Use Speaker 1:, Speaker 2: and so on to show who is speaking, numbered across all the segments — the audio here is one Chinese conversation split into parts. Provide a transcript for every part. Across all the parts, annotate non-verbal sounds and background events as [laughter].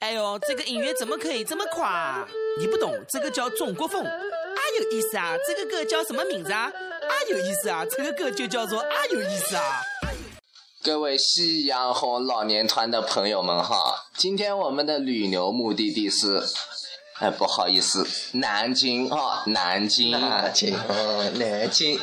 Speaker 1: 哎呦，这个音乐怎么可以这么垮、啊？你不懂，这个叫中国风，啊有意思啊！这个歌叫什么名字啊？啊有意思啊！这个歌就叫做啊有意思啊！
Speaker 2: 各位夕阳红老年团的朋友们哈，今天我们的旅游目的地是，哎不好意思，南京啊，南京，
Speaker 3: 南京，哦，南京。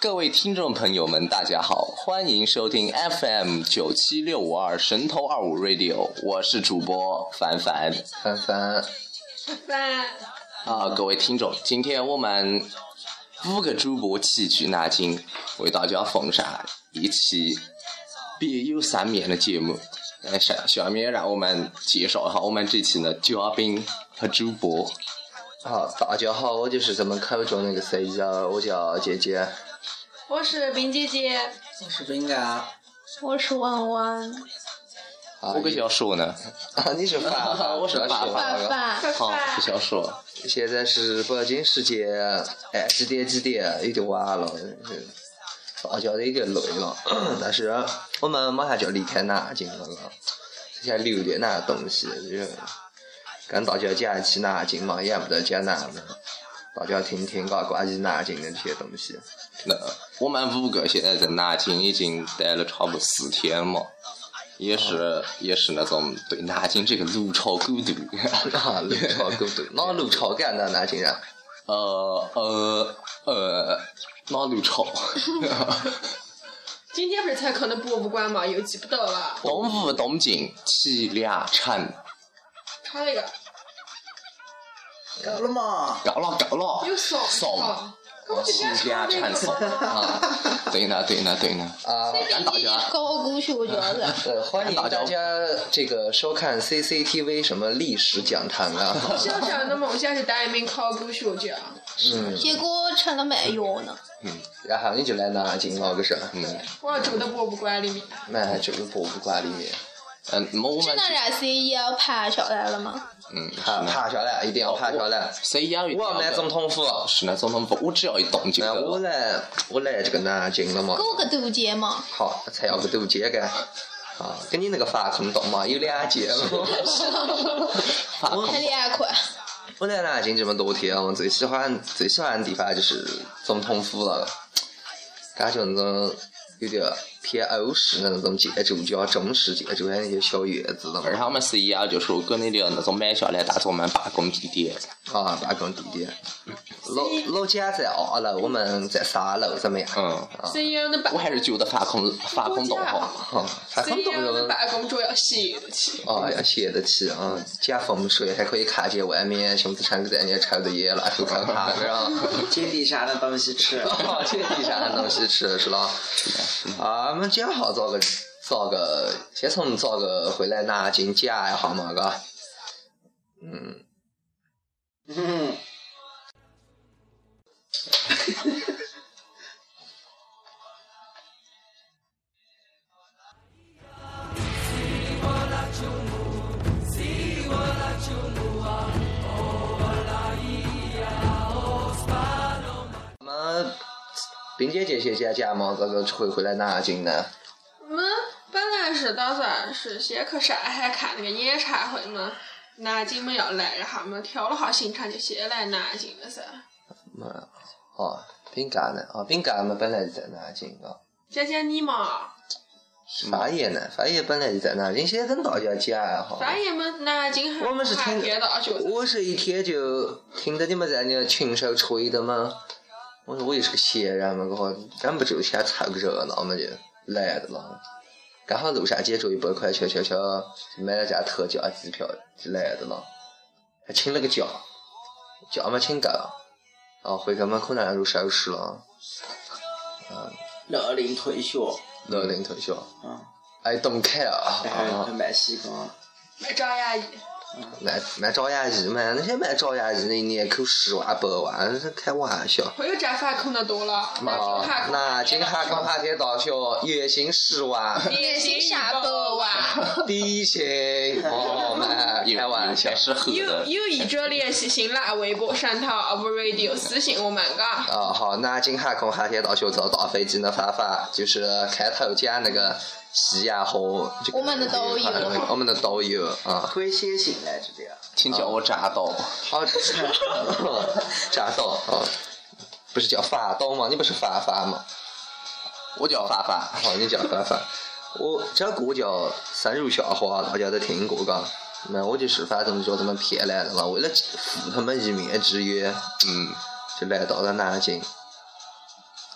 Speaker 2: 各位听众朋友们，大家好，欢迎收听 FM 九七六五二神头二五 Radio，我是主播凡凡。
Speaker 3: 凡凡，
Speaker 2: 啊，各位听众，今天我们五个主播齐聚南京，为大家奉上一期别有三面的节目。呃，下下面让我们介绍一下我们这期的嘉宾和主播。
Speaker 3: 好，大家啊好，我就是咱们口中那个 CEO，我叫姐姐。
Speaker 4: 我是冰姐姐，
Speaker 5: 我是饼干，
Speaker 4: 我是弯弯，
Speaker 3: 啊
Speaker 2: 我个小叔呢？
Speaker 3: 啊，你是 [laughs] 凡凡，我是
Speaker 2: 啊
Speaker 4: 范
Speaker 3: 凡。
Speaker 4: 范，
Speaker 2: 好，是小叔。
Speaker 3: 现在是北京时间，哎，几点几点？有点晚了，嗯大家都有点累了。 [clears throat] 但是我们马上就要离开南京了了，剩下留点那东西，就是跟大家讲一起南京嘛，也不得讲南门，大家听听嘎关于南京的这些东西。 [laughs]
Speaker 2: 那我们五个现在在南京已经待了差不多四天嘛，也是也是那种对南京这个路超孤独。
Speaker 3: 啊，路超狗对，哪路超干的南京人？
Speaker 2: 呃呃呃，哪路
Speaker 6: [laughs]
Speaker 2: 超？
Speaker 6: 今天不是才看的博物馆嘛，又记不到了，
Speaker 2: 东吴东进七两城，
Speaker 6: 差了一个，
Speaker 5: 够了嘛？
Speaker 2: 高了高了
Speaker 6: 有，少
Speaker 2: 少
Speaker 6: 啊，可我就
Speaker 2: 七
Speaker 6: 想
Speaker 2: 两
Speaker 6: 差
Speaker 2: 城少
Speaker 6: 了一个。
Speaker 2: 啊！对呢对呢对
Speaker 6: [laughs]
Speaker 2: 呢，
Speaker 3: 啊，
Speaker 2: 敢打架？呃
Speaker 4: 高估学家了。
Speaker 3: 呃，欢迎大家这个收看 CCTV 什么历史讲堂啊。
Speaker 6: [laughs] 小时候的梦想是当一名考古学家，
Speaker 3: 嗯，
Speaker 4: 结果成了卖药呢。
Speaker 3: 然后你就来南京了，不是？
Speaker 2: 嗯
Speaker 6: 我要住到博物馆里面。
Speaker 3: 那就是博物馆里面，
Speaker 2: 嗯，那么我
Speaker 4: 真
Speaker 2: 们
Speaker 4: 的让 CEO 爬下来了吗？
Speaker 2: 嗯
Speaker 3: 爬爬下来，一定要爬下来。
Speaker 2: 谁要一定
Speaker 3: 我
Speaker 2: 要
Speaker 3: 来
Speaker 2: 的
Speaker 3: 总统府，
Speaker 2: 是呢，总统府，我只要一动就
Speaker 3: 那
Speaker 2: 够
Speaker 3: 我
Speaker 2: 了。
Speaker 3: 来，我来这个南京了嘛。
Speaker 4: 够个毒街嘛？
Speaker 3: 好，才要个渡劫干。啊，跟你那个发控懂吗？有两节了。
Speaker 2: 怕恐
Speaker 4: 很凉快。
Speaker 3: 我在南京这么多天，我最喜欢最喜欢的地方就是总统府了，感觉那种有点偏欧式的那种建筑，加中式建筑，还有那些小院子的
Speaker 2: 而
Speaker 3: 嘛
Speaker 2: 他们是一样，就是跟你的那种买下来当做我们办公地点。
Speaker 3: 啊，办公地点。老老家在二楼，我们在三楼，怎么样？
Speaker 2: 嗯，
Speaker 6: 谁要的办
Speaker 2: 我？还是觉得发空发空洞好。
Speaker 3: 啊，反正
Speaker 6: 谁
Speaker 3: 动
Speaker 6: 要的
Speaker 3: 人
Speaker 6: 办公桌要斜着起，
Speaker 3: 啊，要写得起啊，讲风水还可以看见外面熊子成在那抽着烟，然后看看，是吧？
Speaker 5: [laughs] 接地上的东西吃。
Speaker 3: 哦， [laughs] 这地上的东西吃是吧？啊，我们讲好找个找个，先从找个回来南京讲一下嘛，嘎。嗯，
Speaker 5: 嗯，
Speaker 3: 我们冰姐姐先先讲嘛，这个回回来南京呢？
Speaker 6: 我们本来是打算啊是先去上海看那个演唱会嘛，南京没要来，然后我们调了下行程，就先来南京了噻。
Speaker 3: 嗯，哦，饼干呢？哦，饼干我们本来就在南京啊。
Speaker 6: 讲讲你嘛，
Speaker 3: 范爷呢？范爷本来就在南京，先跟大家讲一下。
Speaker 6: 咱也没南京还
Speaker 3: [laughs] 我们是
Speaker 6: 还
Speaker 3: 听
Speaker 6: 别的啊，就是
Speaker 3: 我是一天就听着你们在那群首吹的嘛，我说我也是个闲人嘛，我咱不就想凑个热闹嘛就来的了。刚好路上捡着一百块钱，悄悄买了张特价机票就来的了，还请了个假，假没请够，啊，回去嘛可能要入收拾了，
Speaker 5: 乐龄退休，
Speaker 3: 六零退休
Speaker 5: 嗯，哎
Speaker 3: ，I 哎 don't care
Speaker 5: 然后
Speaker 3: 啊
Speaker 5: 还，卖西瓜，
Speaker 6: 卖张阿姨。
Speaker 3: 卖卖照牙仪嘛，那些卖照牙仪的一年扣十万八万，开玩笑。
Speaker 6: 我有这饭坑的多了，
Speaker 3: 嘛，那金海港海天大学月薪十万， [laughs]
Speaker 6: 年薪
Speaker 4: 下
Speaker 6: 下
Speaker 4: 百
Speaker 6: 百
Speaker 4: 万
Speaker 6: 万，
Speaker 3: 地心，朋友们，开玩笑
Speaker 2: 还。是喝
Speaker 6: 又
Speaker 2: 的。
Speaker 6: 又以这练习型拉微博上套 o v radio 私信我们噶，
Speaker 3: 啊、 [laughs] 好，那今哈空哈天到就走打飞机的方法，就是开头加那个喜呀红，这个
Speaker 4: 我们的都有
Speaker 3: 我们的都有啊。
Speaker 5: 会先醒来这样。
Speaker 2: 请叫我扎刀，
Speaker 3: [laughs] 哦，炸豆啊，不是叫发豆吗？你不是发发吗？
Speaker 2: 我叫发发。
Speaker 3: 啊好，你讲法法。我这歌叫深入笑话，大家都听过噶。那我就是反正叫他们骗来的嘛，为了赴他们一面之约，
Speaker 2: 嗯，
Speaker 3: 就来到了南京。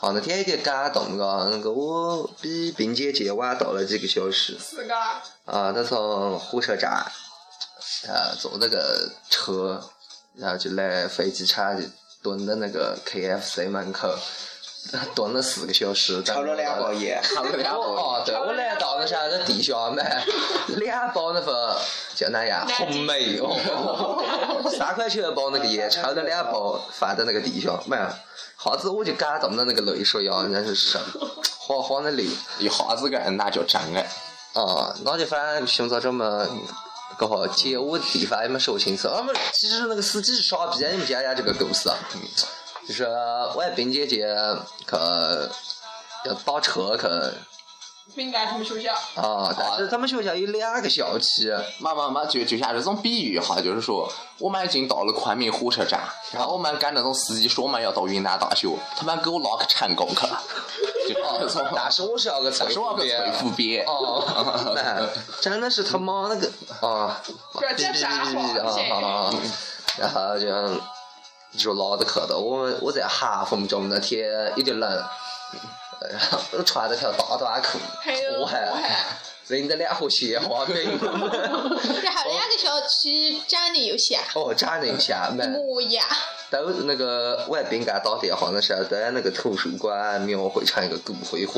Speaker 3: 好，那天有点感动噶，那个我比萍姐姐晚到了几个小时
Speaker 6: 是噶，
Speaker 3: 啊。她从火车站啊坐那个车，然后就来飞机场就蹲在那个 KFC 门口，蹲了四个小时，
Speaker 5: 炒了两包烟，
Speaker 2: 他们俩
Speaker 3: 哦，对， [laughs] 我来到那啥子地下买 [laughs] 两包那个叫哪样红梅 [laughs] 哦，三块钱一包那个烟，抽了两包放在那个地下，没有，好子我就感动的那个泪水呀，真是是哗哗的流
Speaker 2: 一下子个人那叫真爱。
Speaker 3: 啊！那就反正寻找这么。搞好街舞的地方也没说清楚，啊，们其实那个司机是傻逼，你们讲一下这个故事啊，嗯就是我冰姐姐去要打车去。
Speaker 6: 不应该他们学校。
Speaker 3: 啊，但是他们学校有两个校区，
Speaker 2: 妈妈妈就就像这种比喻哈，就是说我们已经到了昆明火车站，然后我们跟那种司机说我们要到云南大学，他们给我拉去成功去了，就这种。
Speaker 3: 但是我是要个
Speaker 2: 但哦是我
Speaker 3: 个
Speaker 2: 个翠湖边， [laughs]
Speaker 3: 哦，那真的是他妈那个啊，
Speaker 6: 不要
Speaker 3: 哔
Speaker 6: 再
Speaker 3: 哔
Speaker 6: 撒
Speaker 3: 哔
Speaker 6: 谎
Speaker 3: 哔哔啊啊啊！啊然后就就拉着去的，我们我在哈风中那天有点冷，然后我穿着条大短裤，
Speaker 6: 还有
Speaker 3: 我还
Speaker 6: 我还
Speaker 3: 拎着两盒雪花冰，
Speaker 4: 然后两个小区长得又像，
Speaker 3: 哦，站了一下，没
Speaker 4: 一。模一样。
Speaker 3: 都那个外宾给他打电话的时候，都在那个图书馆描绘成一个骨灰盒。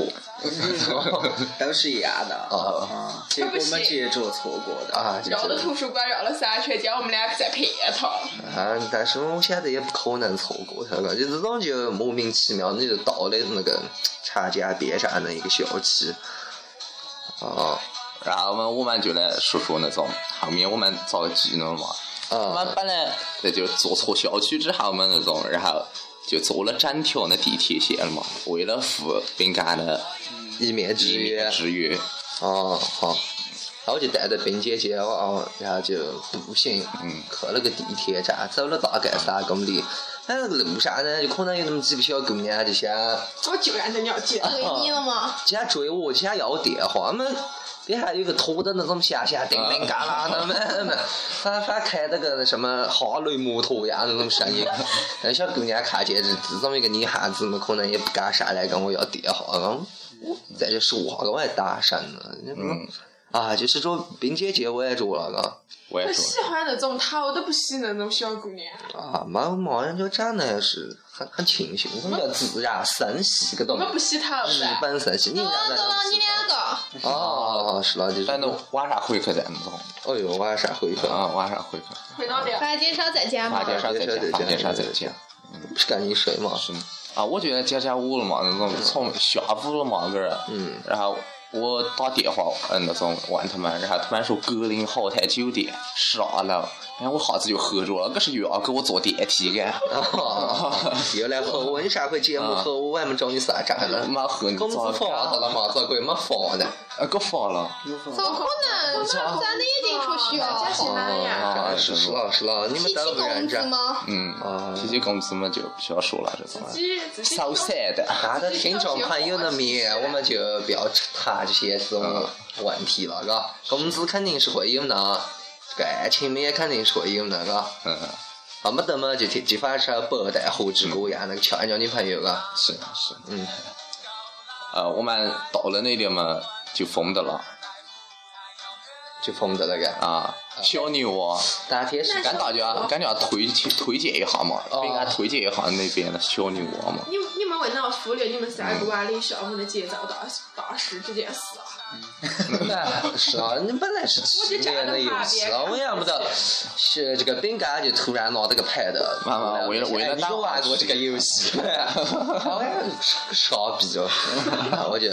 Speaker 5: 都是一样的。
Speaker 3: 哦
Speaker 5: 啊，结果我们接着错过的。
Speaker 3: 啊，就
Speaker 6: 绕着
Speaker 3: 是
Speaker 6: 图书馆绕了三圈，结果我们俩在骗他。
Speaker 3: 啊，但是我现在也不可能错过他了，就这种就莫名其妙你就到了那个长江边上的一个小区。哦，
Speaker 2: 然后我们我们就来说说那种后面我们遭技能嘛，我们
Speaker 3: 啊，
Speaker 2: 本来那就坐错校区之后嘛那种，然后就坐了整条的地铁线了嘛，为了赴饼干的
Speaker 3: 一面之
Speaker 2: 一
Speaker 3: 约
Speaker 2: 面。之约，
Speaker 3: 哦，好。然后就带着冰姐姐哦，然后就步行，
Speaker 2: 嗯
Speaker 3: 去了个地铁站，走了大概三公里。但是路上呢，就可能有那么几个小姑娘就想
Speaker 6: 我居然在尿急，
Speaker 4: 对你了吗？
Speaker 3: 就想追我，就想要我电话。我们底下有个拖的那种下下叮叮嘎啦的嘛嘛，反反开那个什么哈雷摩托呀那种
Speaker 2: [laughs]
Speaker 3: 声音。那小姑娘看见这这么一个女汉子嘛，可能也不敢上来跟我要电话，我在这说话，我还大声了。
Speaker 2: 嗯，
Speaker 3: 啊，就是说冰姐姐我也住了个
Speaker 2: 我也
Speaker 6: 我
Speaker 2: 说。
Speaker 6: 喜欢那种讨都不喜那种小姑娘。
Speaker 3: 啊，马马上就长得是很很清秀，什么叫自然神系个
Speaker 6: 我
Speaker 3: 东
Speaker 6: 们不
Speaker 3: 西，
Speaker 6: 洗头
Speaker 3: 日
Speaker 6: 噻，
Speaker 3: 本神系，你
Speaker 4: 走
Speaker 3: 哪
Speaker 4: 了
Speaker 3: 能
Speaker 4: 走了，你两个，
Speaker 3: 哦，是了，就是，
Speaker 2: 但那晚上回去再那种，
Speaker 3: 哎呦，我还啥回去？
Speaker 2: 啊，晚上回去，
Speaker 6: 回到聊。
Speaker 4: 把介绍再见
Speaker 2: 八
Speaker 4: 嘛。
Speaker 2: 点上再见，八点上再见。
Speaker 3: 不是跟你睡嘛？
Speaker 2: 是啊，我就在家家屋了嘛，那种从下午了嘛，个人，
Speaker 3: 嗯，
Speaker 2: 然后我打电话，嗯，那种问他们，然后他们说格林豪泰酒店十二楼，然后我下子就喝着了，可是又要给我坐电梯的，
Speaker 3: [laughs] 哦，又来吼我，你上回节目
Speaker 2: 啊
Speaker 3: 吼我，外面找你啥站了？
Speaker 2: 没喝你
Speaker 3: 工资
Speaker 2: 早
Speaker 3: 发的了哦吗？咋个没发呢？
Speaker 2: 呃，给发了，
Speaker 4: 怎么可能？咱的已经出去
Speaker 6: 人家是
Speaker 4: 了，
Speaker 6: 哪样？
Speaker 2: 啊
Speaker 3: 是是了是了，你
Speaker 4: 提
Speaker 3: 们
Speaker 4: 起
Speaker 3: 都不认
Speaker 4: 工资
Speaker 3: 真。
Speaker 4: 吗？
Speaker 2: 嗯
Speaker 3: 哦，
Speaker 2: 提起工资嘛就不需要说了，这种，啊
Speaker 6: 己自己
Speaker 2: 烧晒的，
Speaker 3: 大家听众朋
Speaker 4: 啊
Speaker 3: 友的面，我们就不要谈这些这
Speaker 2: 啊
Speaker 3: 种问题了，嘎。工资肯定是会有的，这个爱情嘛也肯定是会有的，嘎。
Speaker 2: 嗯，
Speaker 3: 啊，没得嘛，就天就反正百代何止歌呀，那个抢人家女朋友，嘎。
Speaker 2: 是是，
Speaker 3: 嗯，
Speaker 2: 呃，我们到了那里嘛就疯的了
Speaker 3: 就疯的那个。
Speaker 2: 啊，小牛啊。
Speaker 3: 当天是
Speaker 2: 跟大家跟大家推荐推荐一下嘛，
Speaker 3: 哦
Speaker 2: 给大家推荐一下那边的小女娃嘛。
Speaker 6: 你你们为那福利，你们三个管理项目的节奏大大师这件事啊，
Speaker 3: 那是啊，你本来是七年的游戏了，我也不知道是这个饼干就突然拿这个牌的，
Speaker 2: 妈妈为了为了
Speaker 3: 哎你
Speaker 2: 打
Speaker 3: 又玩过这个游戏，我也傻逼了，我就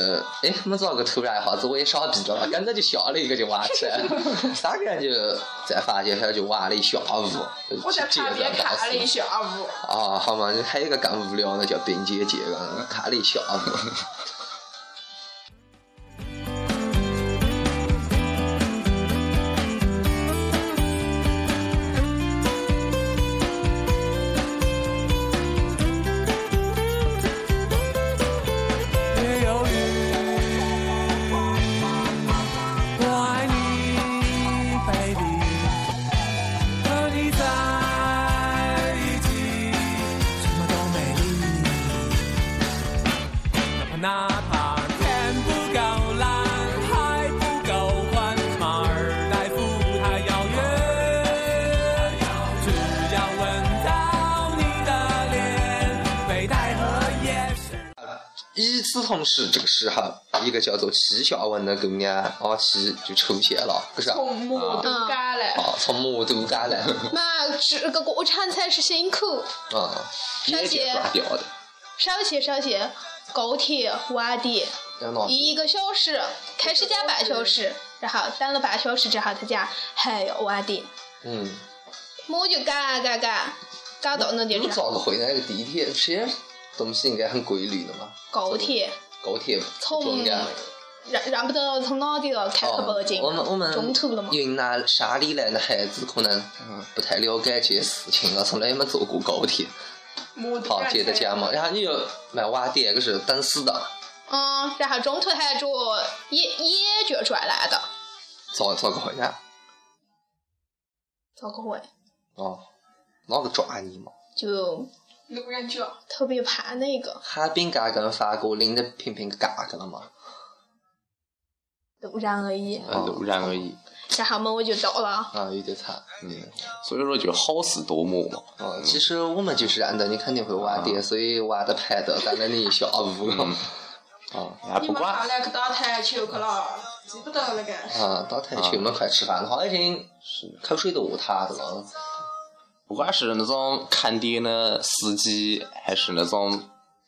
Speaker 3: 哎，么咋个突然一下子我也傻逼了，跟着就下了一个就玩 [laughs] 起来了，三个人就在房间上就玩了一下午，
Speaker 6: 我在
Speaker 3: 接
Speaker 6: 旁
Speaker 3: 着
Speaker 6: 边
Speaker 3: 打
Speaker 6: 看了一下午，
Speaker 3: 啊，好嘛，还有一个更无聊的叫冰姐姐了，看了一下午。
Speaker 7: 别犹豫，我爱你，baby，和你在一起，什么都美丽。哪怕哪怕天不够蓝，海不够宽，马尔代夫太遥远，只要闻到你的脸，北戴河也是。
Speaker 3: 与此同时，这个时候，一个叫做齐小文的姑娘阿奇就出现了，不是啊？
Speaker 6: 从魔都干了，
Speaker 3: 啊，从魔都赶
Speaker 4: [laughs]
Speaker 3: 来，
Speaker 4: 妈，这个国产菜是辛苦，
Speaker 3: 啊，
Speaker 4: 小姐
Speaker 3: 抓掉的，
Speaker 4: 少些少些，高铁晚点，
Speaker 3: 然后
Speaker 4: 一个小时，开始加半小时，然后等了半小时之后，他讲还要晚点，
Speaker 3: 嗯，
Speaker 4: 我就赶赶赶，赶到那
Speaker 3: 你
Speaker 4: 点
Speaker 3: 咋个会那个地铁？这些东西应该很规律的嘛。
Speaker 4: 高铁，
Speaker 3: 高铁
Speaker 4: 从
Speaker 3: 中间，
Speaker 4: 然然不得从哪里了开去北京
Speaker 3: 哦，我们我们
Speaker 4: 中途了嘛，
Speaker 3: 云南山里来的孩子可能嗯不太了解这些事情了，从来也没坐过高铁。
Speaker 6: 魔都
Speaker 3: 好，接着讲嘛，然后你就买晚点，可是等死的，
Speaker 4: 嗯，然后中途还着野野脚转来的，
Speaker 3: 咋咋个会呢？
Speaker 4: 咋个会？
Speaker 3: 哦，哪个抓你嘛？
Speaker 4: 就
Speaker 6: 路人脚，
Speaker 4: 特别怕那个
Speaker 3: 哈饼干跟法国拎得平平嘎嘎了嘛？
Speaker 4: 路人而已。
Speaker 3: 嗯
Speaker 2: 呃，偶然而已。
Speaker 4: 然后么我就到了，
Speaker 3: 啊，有点惨。嗯，
Speaker 2: 所以说就好事多磨嘛。
Speaker 3: 哦，其实我们就是人的，你肯定会玩
Speaker 2: 啊
Speaker 3: 的，所以玩的拍的，等了你一下午
Speaker 2: 嗯
Speaker 3: 了。啊
Speaker 2: 也
Speaker 6: 你
Speaker 2: 哎不
Speaker 6: 们
Speaker 2: 管
Speaker 6: 上来去打台球去了，记不得了该。
Speaker 3: 啊，打台球了，快吃饭了，好像已经口水都塌的了。
Speaker 2: 不管是那种看店的司机，还是那种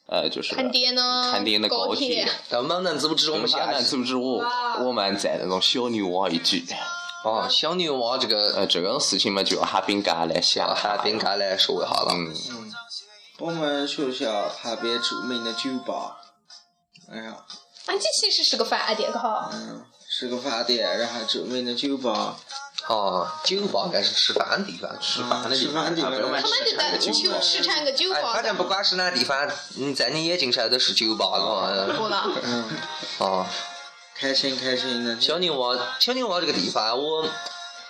Speaker 2: 呃，就是
Speaker 4: 看店呢，
Speaker 2: 看店的高
Speaker 4: 高
Speaker 2: 铁，
Speaker 3: 但我们能阻止我
Speaker 2: 我
Speaker 3: 们
Speaker 2: 们
Speaker 3: 下
Speaker 2: 现在
Speaker 3: 去。
Speaker 2: 组织我我们在那种小女娃一句，
Speaker 3: 哦，小女娃这个
Speaker 2: 呃，这个事情嘛，就要哈饼干来想
Speaker 3: 啊，哈饼干来说一下了。
Speaker 2: 嗯，
Speaker 5: 我们学校旁边著名的酒吧，哎呀，
Speaker 4: 啊，这其实是个饭店，哈，
Speaker 5: 嗯，是个饭店，然后著名的酒吧，
Speaker 3: 哦，酒吧该是吃饭的地方，吃饭的地
Speaker 5: 吃
Speaker 3: 方
Speaker 5: 饭。地方，
Speaker 2: 不要买
Speaker 4: 他们就在酒市场个酒
Speaker 3: 哎，
Speaker 4: 吧
Speaker 3: 反正不管是哪地方，嗯你在你眼睛上都是酒吧了。
Speaker 4: 过了，
Speaker 5: 嗯，
Speaker 3: 哦。
Speaker 5: 开心开心的。
Speaker 3: 小女娃，小女娃这个地方，我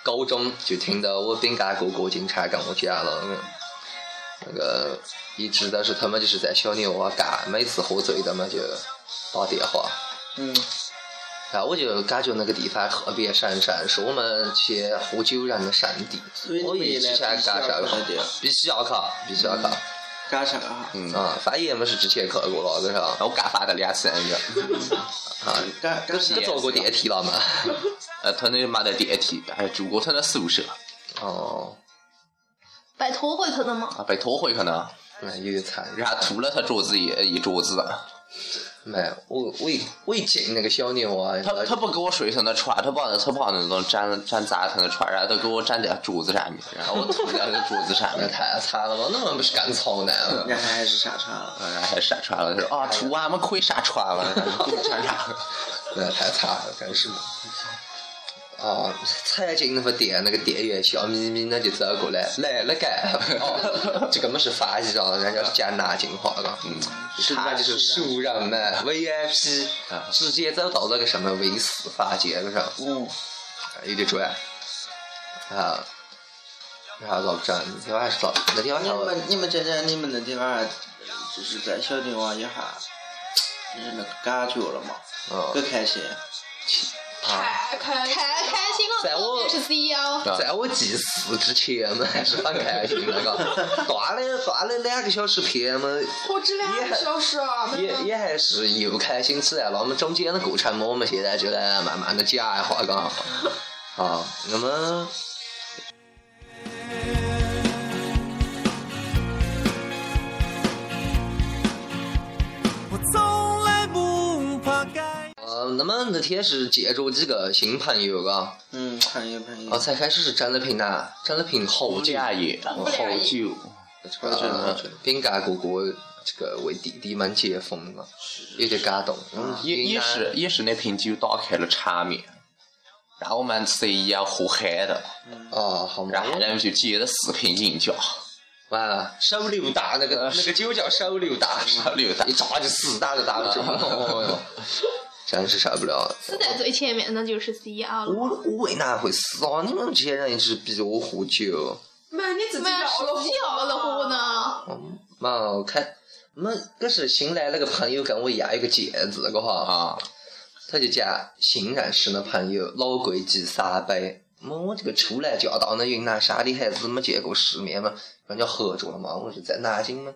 Speaker 3: 高中就听到我饼干哥哥经常跟我讲了，嗯那个一直都是他们就是在小女娃干，每次喝醉他们就打电话，
Speaker 5: 嗯，
Speaker 3: 然后我就感觉那个地方特别神圣，是我们去喝酒人的圣地
Speaker 5: 所以。你
Speaker 3: 我
Speaker 5: 们
Speaker 3: 一
Speaker 5: 也
Speaker 3: 直
Speaker 5: 来
Speaker 3: 想
Speaker 5: 必须
Speaker 3: 感
Speaker 5: 要
Speaker 3: 受一下
Speaker 5: 去那地儿，
Speaker 3: 必须要去，必须要去。
Speaker 5: 干啥哈？
Speaker 3: 啊，反正也没是之前去过了，是
Speaker 5: 啊
Speaker 3: 吧？
Speaker 2: 我干翻了两次，人家，
Speaker 3: 啊，
Speaker 5: 干干啥
Speaker 3: 你坐过电梯了吗？
Speaker 2: 呃，他那没得电梯，还住过他那宿舍，
Speaker 3: 哦，
Speaker 4: 拜托回去了嘛，
Speaker 2: 啊，被拖回去呢，
Speaker 3: 那有点惨。
Speaker 2: 然后啊吐了他桌子一呃一桌子，
Speaker 3: 没，我我一我一进那个小牛啊，
Speaker 2: 他他不给我睡上那床，他把那他把那种粘粘杂他的床，然后啊他给我粘在桌子上面，然后我吐在那桌子上
Speaker 3: 那
Speaker 2: 面，
Speaker 3: 太惨了吧？那么不是更操蛋了？
Speaker 5: 人家还是啥穿了。
Speaker 2: 嗯然后还上床了，他 [laughs] 说啊，吐完嘛可以上床了，不上床，
Speaker 3: 那太惨了，真是。啊，才进那个店，那个店员笑眯眯的就走过来，来了该，哦，这个没是翻译啊，人家是讲南京话的，嗯，他就是熟人嘛，VIP，
Speaker 2: 啊
Speaker 3: 直接走到那个什么 V 四房间了上，
Speaker 5: 嗯，
Speaker 3: 有点拽，啊，然后老张，那天晚上老那天晚
Speaker 5: 你
Speaker 3: 上我
Speaker 5: 们你们讲讲你们那天晚上，就是在小地方一下，就是那个感觉了嘛，
Speaker 3: 嗯
Speaker 5: 可开心。
Speaker 6: 台开
Speaker 4: 台哎开新浪
Speaker 3: 在
Speaker 4: 后
Speaker 3: 我
Speaker 4: 面是 E CEO，
Speaker 2: 啊
Speaker 3: 在我记事之前嘛，还是很开心的，嘎。 [laughs] 断了断了两个小时片嘛，
Speaker 6: 我这两个小时啊，
Speaker 3: 也也还是又开心起来了。我们中间的过程嘛，我们现在就来慢慢的讲一下，嘎。啊，那么
Speaker 7: 我从来不怕该。
Speaker 3: 呃，那么那天是接触几个新朋友，嘎。
Speaker 5: 嗯，朋友朋友
Speaker 3: 哦，，才开始是展了平呐，展了平好
Speaker 2: 无
Speaker 3: 久，呃
Speaker 2: 家也好久，
Speaker 5: 好久好久，
Speaker 3: 饼干哥哥这个为弟弟们解封了，有点感动。嗯
Speaker 2: 也也是，也是那瓶酒打开了场面，然后我们谁也喝嗨的，
Speaker 3: 哦，好嘛
Speaker 2: 然，后我们就接着视频竞价，
Speaker 3: 哇，手榴弹那个那个酒叫手榴弹， [laughs]
Speaker 2: 手榴弹
Speaker 3: 一炸就死，打就打不中，哦哟真是受不了。
Speaker 4: 死在最前面的就是 CEO 了。
Speaker 3: 我我为哪会死啊？你们这些人一直逼着我喝酒，
Speaker 6: 妈，你自己
Speaker 4: 妈，
Speaker 6: 摇了
Speaker 4: 谁摇了壶？呢？
Speaker 3: 妈，看，妈，可是新来了个朋友跟我一样有个戒指个哈。
Speaker 2: 啊，
Speaker 3: 他就讲新认识的朋友老规矩三杯。么我这个初来乍到的云南山的孩子没见过世面嘛，人家喝着了嘛，我就在南京嘛。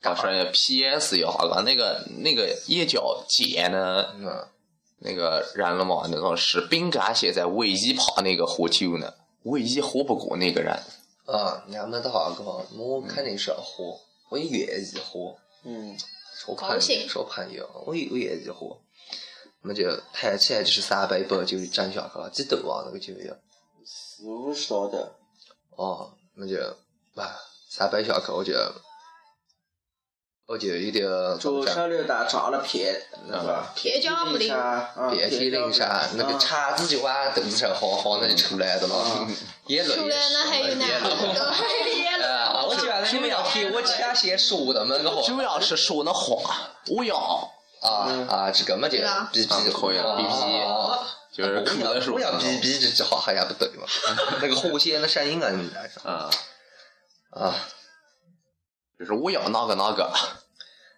Speaker 2: 到时候 PS 一下个那个那个也叫剑呢，
Speaker 3: 嗯，
Speaker 2: 那个人了嘛，那个是饼干现在唯一怕那个喝酒呢，唯一喝不过那个人，
Speaker 3: 啊，你还没到个嘛，我肯定是要喝，我也愿意喝。
Speaker 5: 嗯，
Speaker 3: 说
Speaker 4: 高
Speaker 3: 朋
Speaker 4: 兴
Speaker 3: 友，说朋友，我也我也愿意喝。么就抬起来就是三杯白酒整下去了，几度啊那个酒要？
Speaker 5: 四五十多的，
Speaker 3: 哦，那就哇，三杯下去我就我就有点怎么
Speaker 5: 左
Speaker 3: 讲嗯
Speaker 5: 手榴弹炸了片，那个
Speaker 4: 铁脚不灵，
Speaker 5: 啊
Speaker 3: 别提零啥，那个叉
Speaker 5: 差，
Speaker 3: 子就往肚子上划划，那就出来的了
Speaker 5: 啊。
Speaker 3: 也累。
Speaker 4: 出来那还有哪个？
Speaker 3: 啊，我觉得你们要听我前先说的嘛，个
Speaker 2: 主
Speaker 3: 话
Speaker 2: 要是说那话，我要
Speaker 3: 啊啊，这个嘛就
Speaker 4: 对啊
Speaker 3: 逼逼就
Speaker 2: 嗯可以了逼啊逼就是
Speaker 3: 我
Speaker 2: 哭
Speaker 3: 要
Speaker 2: 的时候
Speaker 3: 我要逼逼这句话好哎像不对
Speaker 2: [laughs]
Speaker 3: 嘛，那个火线的声音啊，你来着
Speaker 2: 啊。
Speaker 3: 啊，
Speaker 2: 就是我要哪个哪个，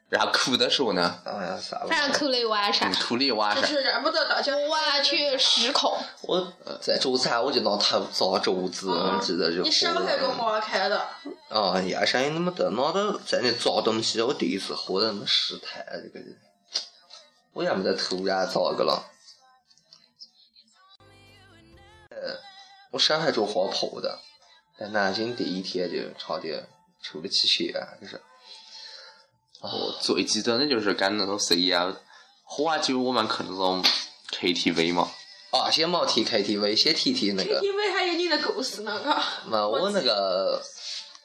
Speaker 2: 然后哭的时候呢，
Speaker 3: 哎呀，啥
Speaker 4: 反正
Speaker 3: 吧。
Speaker 4: 哭了一晚上
Speaker 2: 你，哭了一晚
Speaker 6: 就
Speaker 2: 上，
Speaker 6: 是认不得大家。
Speaker 4: 挖去十口，
Speaker 3: 我在桌子上我就拿头砸桌子，
Speaker 6: 啊
Speaker 3: 记得就嗯
Speaker 6: 你手还给
Speaker 3: 火了。
Speaker 6: 划开的，
Speaker 3: 啊，压声音那么大，拿到在那砸东西，我第一次喝那么失态，这个人，我也没得突然砸个了。呃，我上海就划破的，在南京第一天就差点出了气血，就是。哦
Speaker 2: 我最记得的就是跟那种谁呀，喝完酒我们去那种 KTV 嘛，
Speaker 3: 啊，先没提 KTV，先提提那个，
Speaker 6: 因为还有你的故事呢，嘎。
Speaker 3: 嘛，我那个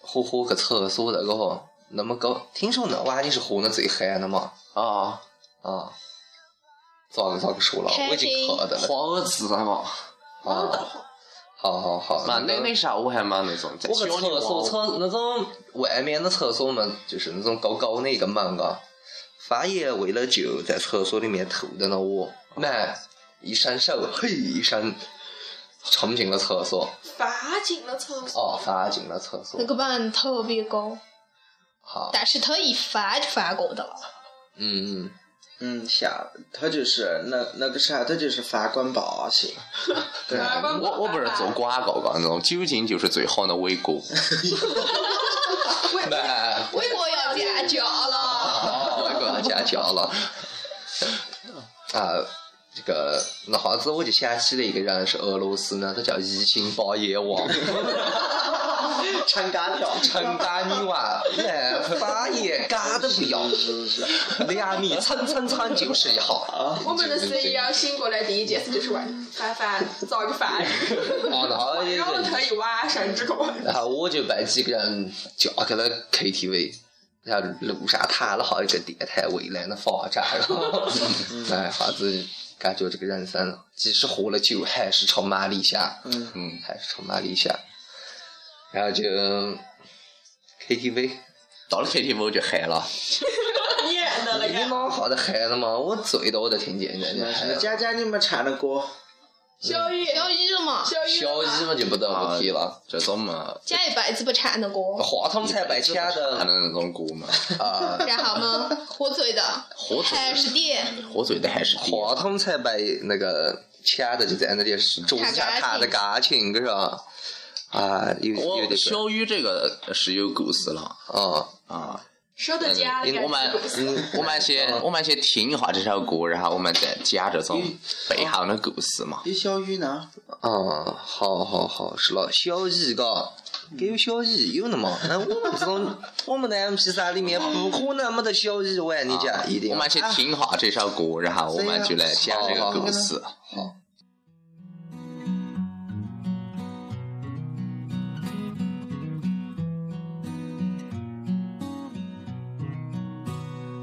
Speaker 3: 喝喝个厕所那个哈，那么高，听说那娃你是喝的最嗨的嘛？
Speaker 2: 啊，
Speaker 3: 啊，咋个咋个说了？我已经喝的了。
Speaker 2: 花儿子的嘛，
Speaker 3: 啊，好好好，
Speaker 2: 那啊那
Speaker 3: 个
Speaker 2: 那啥我还蛮那种，在
Speaker 3: 我
Speaker 2: 小
Speaker 3: 个
Speaker 2: 地
Speaker 3: 厕所
Speaker 2: 方，
Speaker 3: 厕那种外面的厕所嘛，就是那种高高的一个门啊。发爷为了就在厕所里面吐的那我，那一伸手，嘿一声，冲进了厕所。
Speaker 6: 发进了厕所，
Speaker 3: 哦，发进了厕所
Speaker 4: 那。个班特别高，
Speaker 3: 好，
Speaker 4: 但是他一翻就翻过的了。
Speaker 3: 嗯嗯，
Speaker 5: 嗯，下他就是那那个啥，他就是法官啊报
Speaker 4: [laughs]
Speaker 5: 去，
Speaker 3: 对，
Speaker 6: 发光
Speaker 2: 我我不是做广告的那种，酒精就是最好的伟哥，
Speaker 3: 那。
Speaker 4: 为我要加价了，
Speaker 3: 哦，哎那个家教了。啊，这个那哈子我就想起了一个人是俄罗斯呢，他叫伊辛巴耶娃，
Speaker 5: 撑杆
Speaker 4: [laughs]
Speaker 5: 跳，
Speaker 3: 陈丹妮娃，哎，巴耶嘎的不要，两米蹭蹭蹭就是一下。
Speaker 6: 我们的 CEO 醒过来第一件事就是问凡凡造个饭，
Speaker 3: 哦，然后
Speaker 6: 然后可以挖神之口。
Speaker 3: 然后啊我就被几个人叫去了 KTV，然后路上谈了好一个电台未来的发展，
Speaker 2: [laughs]
Speaker 3: 哎，哈子感觉这个人生，即使喝了酒，还是充满理想，
Speaker 5: 嗯
Speaker 2: 嗯，
Speaker 3: 还是充满理想。然后就 KTV，
Speaker 2: 到了 KTV 我就嗨了，
Speaker 6: 你认得了
Speaker 3: 你
Speaker 6: 嘎？
Speaker 3: 老好的嗨了嘛，我醉的我都听见人家
Speaker 5: 那
Speaker 3: 嗨
Speaker 5: 是
Speaker 3: 了。
Speaker 5: 讲讲你们唱的歌，
Speaker 6: 小雨，
Speaker 4: 小雨了嘛，
Speaker 6: 小雨
Speaker 2: 小姨嘛
Speaker 6: 嘛，
Speaker 2: 就不得
Speaker 3: 啊
Speaker 2: 不提了，
Speaker 3: 这种嘛，
Speaker 4: 家一辈子不唱的歌，
Speaker 2: 话筒才白
Speaker 3: 掐的
Speaker 2: 还能那种歌嘛？
Speaker 3: 啊，
Speaker 4: 然
Speaker 3: [laughs]
Speaker 4: 后呢，火嘴的，
Speaker 2: 火嘴的
Speaker 4: 还是点
Speaker 2: 火嘴的还是低
Speaker 3: 话筒才被那个掐的就在那里，桌子上弹的钢琴，个是吧？啊，有有
Speaker 2: 我
Speaker 3: 点个，
Speaker 2: 哦小雨这个是有故事了
Speaker 3: 哦，
Speaker 2: 啊！
Speaker 6: 说到家里，
Speaker 2: 我们我们
Speaker 3: [laughs]
Speaker 2: 先我们先听一下这首歌，然后我们再讲这种背后的故事嘛。
Speaker 5: 你小雨呢？
Speaker 3: 哦，好好好，是了，小姨个，给有小姨有那么，那我们这种我们的 MP 三里面不可能没得小姨玩，你讲哦一定。
Speaker 2: 啊
Speaker 3: 啊
Speaker 2: 我们先听一下这首歌，然后我们就来讲这个故事。
Speaker 3: 哦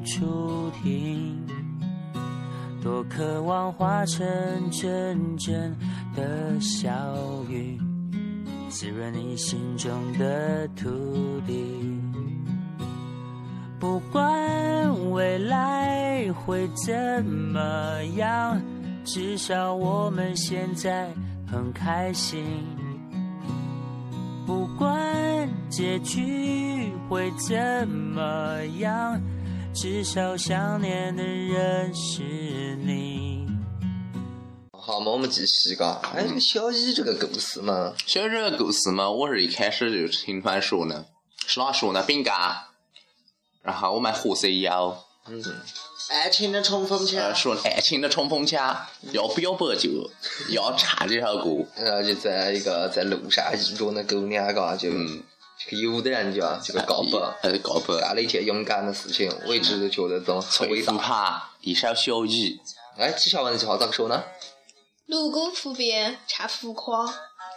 Speaker 8: 处停。多渴望化成阵阵的小雨，滋润你心中的土地。不管未来会怎么样，至少我们现在很开心。不管结局会怎么样，至少想念的人是你。
Speaker 3: 好嘛，我们继续个。
Speaker 2: 嗯
Speaker 3: 哎，这个小姨这个故事嘛，
Speaker 2: 其实这个故事嘛，我是一开始就听传说呢，是哪说呢？饼干，然后我们火蛇腰，
Speaker 5: 爱情的哎冲锋
Speaker 2: 呃，
Speaker 5: 枪，
Speaker 3: 啊
Speaker 2: 说爱情的冲锋枪，要表白就要唱这首歌，
Speaker 3: 然后就在一个在路上遇着那姑娘个，就
Speaker 2: 嗯，
Speaker 3: 这个有的人就啊这个告白。
Speaker 2: 呃，告白，
Speaker 3: 干了一件勇敢的事情，我一直都觉得这种很伟
Speaker 2: 最
Speaker 3: 大
Speaker 2: 不。怕一首小雨，
Speaker 3: 哎，这小文字号咋个说呢？
Speaker 4: 路过湖边查浮夸，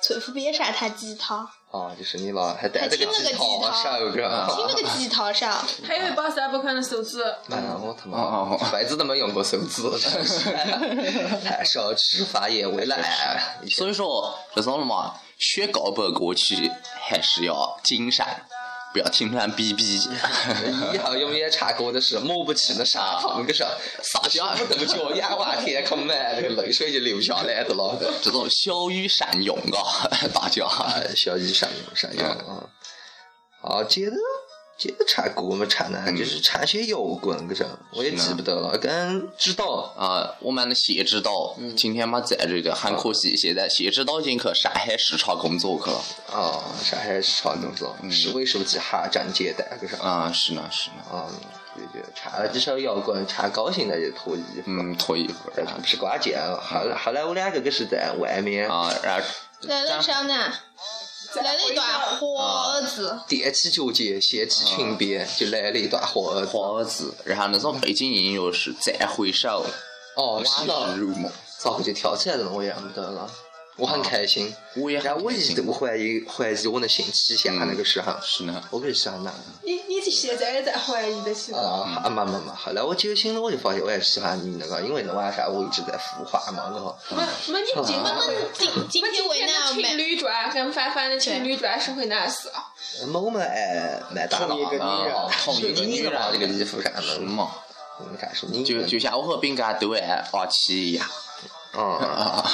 Speaker 4: 翠湖边上弹吉他，
Speaker 3: 啊，就是你吧，还带着个
Speaker 4: 还听了个
Speaker 3: 吉他
Speaker 4: 吉他
Speaker 3: 手个。啊
Speaker 4: 听那个吉他上，
Speaker 6: 还有一把三百块的手指，
Speaker 3: 哎呀，我他
Speaker 2: 哦
Speaker 3: 妈
Speaker 2: 哦哦
Speaker 3: 一辈子都没用过手指，哎真是太少吃发言为了爱。
Speaker 2: 所以说这种嘛，学告白歌曲还是要谨慎，不要听传逼逼。
Speaker 3: 以后有没有唱歌的是抹不去的
Speaker 2: [laughs]
Speaker 3: 沙坑，个是撒娇不得脚，仰望天空嘛，这个泪水就流下来的了。
Speaker 2: 这种小雨善用啊，大家。
Speaker 3: 哎，小姨上用上用啊。好，接着接着唱歌嘛，唱的就是唱些摇滚，嗯个是啊我也记不得了，跟知道
Speaker 2: 啊，我们的谢指导今天嘛在这个，很可惜，现在谢指导已经去上海视察工作去了。
Speaker 3: 啊，上海市场动作，市委书记哈张接待，个是嗯啊，
Speaker 2: 啊，是呢，是呢，
Speaker 3: 就就唱了几首摇滚，唱高兴了就脱衣服。
Speaker 2: 嗯，脱衣服
Speaker 3: 这不是关键，啊后来后来我两个个是在外面
Speaker 2: 啊，然后
Speaker 4: 来了啥呢？来了一段花儿子，
Speaker 3: 踮起脚尖，掀起裙边，就来了一段花儿子。
Speaker 2: 花儿子，然后那种背景音乐是再回首，
Speaker 3: 哦，
Speaker 2: 往
Speaker 3: 是啊
Speaker 2: 事
Speaker 3: 的，
Speaker 2: 如梦。
Speaker 3: 咋个就跳起来了？我也认不得了，我很开心。
Speaker 2: 我也
Speaker 3: 然后
Speaker 2: 很
Speaker 3: 我
Speaker 2: 开
Speaker 3: 一直
Speaker 2: 心。
Speaker 3: 都怀疑怀疑我的性取向那个时候，
Speaker 2: 是呢，
Speaker 3: 我可是想哪
Speaker 6: 你你现在也在怀疑的是吧？
Speaker 3: 啊啊没没没，后来我酒醒了，我就发现我也是喜欢你那个，因为那晚上我一直在孵化嘛，然后
Speaker 6: 没没，你今
Speaker 4: 我们今今天为
Speaker 6: 的
Speaker 4: 难
Speaker 6: 情
Speaker 4: 没
Speaker 6: 侣传跟凡凡的情侣传是会难死啊。
Speaker 3: 某们哎蛮大了
Speaker 5: 同一个女人
Speaker 3: 啊，
Speaker 2: 同一个
Speaker 3: 是你
Speaker 2: 女
Speaker 3: 的
Speaker 2: 人
Speaker 3: 嘛这个衣服啥
Speaker 2: 是
Speaker 3: 的，
Speaker 2: 嘛？
Speaker 3: 你看是你
Speaker 2: 就
Speaker 3: 的
Speaker 2: 就像我和饼干都爱阿七一样
Speaker 3: 啊，
Speaker 2: 啊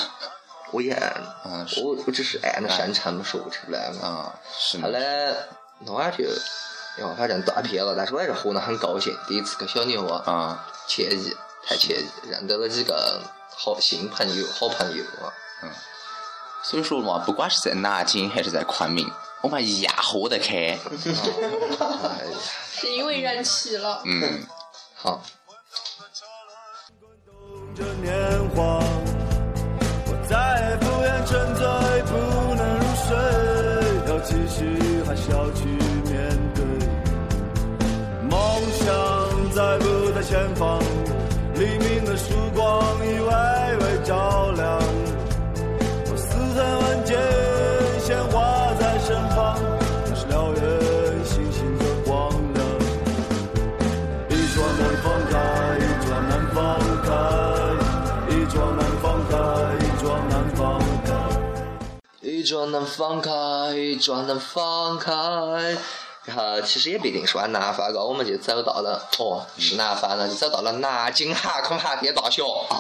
Speaker 3: 我也爱
Speaker 2: 嗯是
Speaker 3: 我我只是爱那山产嘛，说不出来嘛。
Speaker 2: 啊，是
Speaker 3: 后
Speaker 2: 呢，
Speaker 3: 来那晚就要反正断片了，但是我还是活得很高兴，第一次跟小牛啊。
Speaker 2: 啊，
Speaker 3: 惬意，太惬意，认得了几个好新朋友、好朋友啊。
Speaker 2: 所以说嘛，不管是在南京还是在昆明，我们一样活得 [laughs] 开，
Speaker 3: 哎呀，
Speaker 6: 是因为人气了。
Speaker 2: 嗯。
Speaker 3: 好，
Speaker 7: 这年华，我再也不愿沉醉，不能入睡，要继续还是要去面对？梦想在不在前方？黎明的曙光已微微照亮我四
Speaker 3: 转南方开，转南方开。然后其实也不一定是往南方，然后我们就走到了哦，是南方了，就走到了南京航空航天大学。啊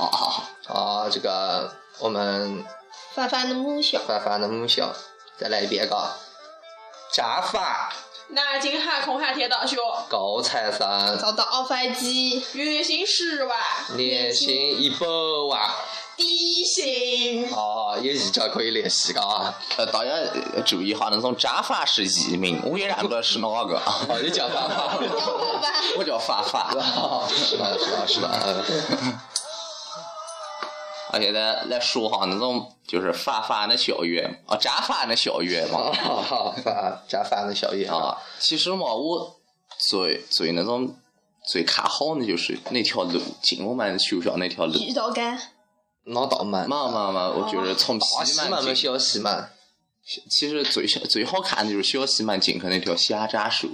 Speaker 3: 啊啊！这个我们
Speaker 4: 凡凡的母校，
Speaker 3: 凡凡的母校，再来一遍啊个。炸饭
Speaker 6: 南京航空航天大学
Speaker 3: 高材生，
Speaker 4: 遭到奥飞机
Speaker 6: 月薪十万，
Speaker 3: 年薪一百万。
Speaker 4: 低薪，
Speaker 3: 哦，有一家可以联系个啊。
Speaker 2: 呃，大家呃注意哈，那种假发是艺名，我也认不得是哪 [laughs] 个。
Speaker 3: 哦，你讲法法。
Speaker 4: 要不吧？
Speaker 2: 我叫发发。
Speaker 3: [laughs] 是的，是的，是的。嗯
Speaker 2: 啊，现在来说哈，那种就是发发的校园啊，假发的校园嘛。
Speaker 3: 好好，饭加饭的宵夜啊。
Speaker 2: 啊，其实嘛，我最最那种最看好的就是那条路，进我们学校那条路。
Speaker 4: 遇到干，
Speaker 3: 老道门，
Speaker 2: 嘛嘛嘛，我觉得从
Speaker 3: 大
Speaker 2: 西
Speaker 3: 西门
Speaker 2: 门
Speaker 3: 嘛，
Speaker 2: 进，
Speaker 3: 小西门，
Speaker 2: 其实最最好看的就是小西门进去那条虾楂树，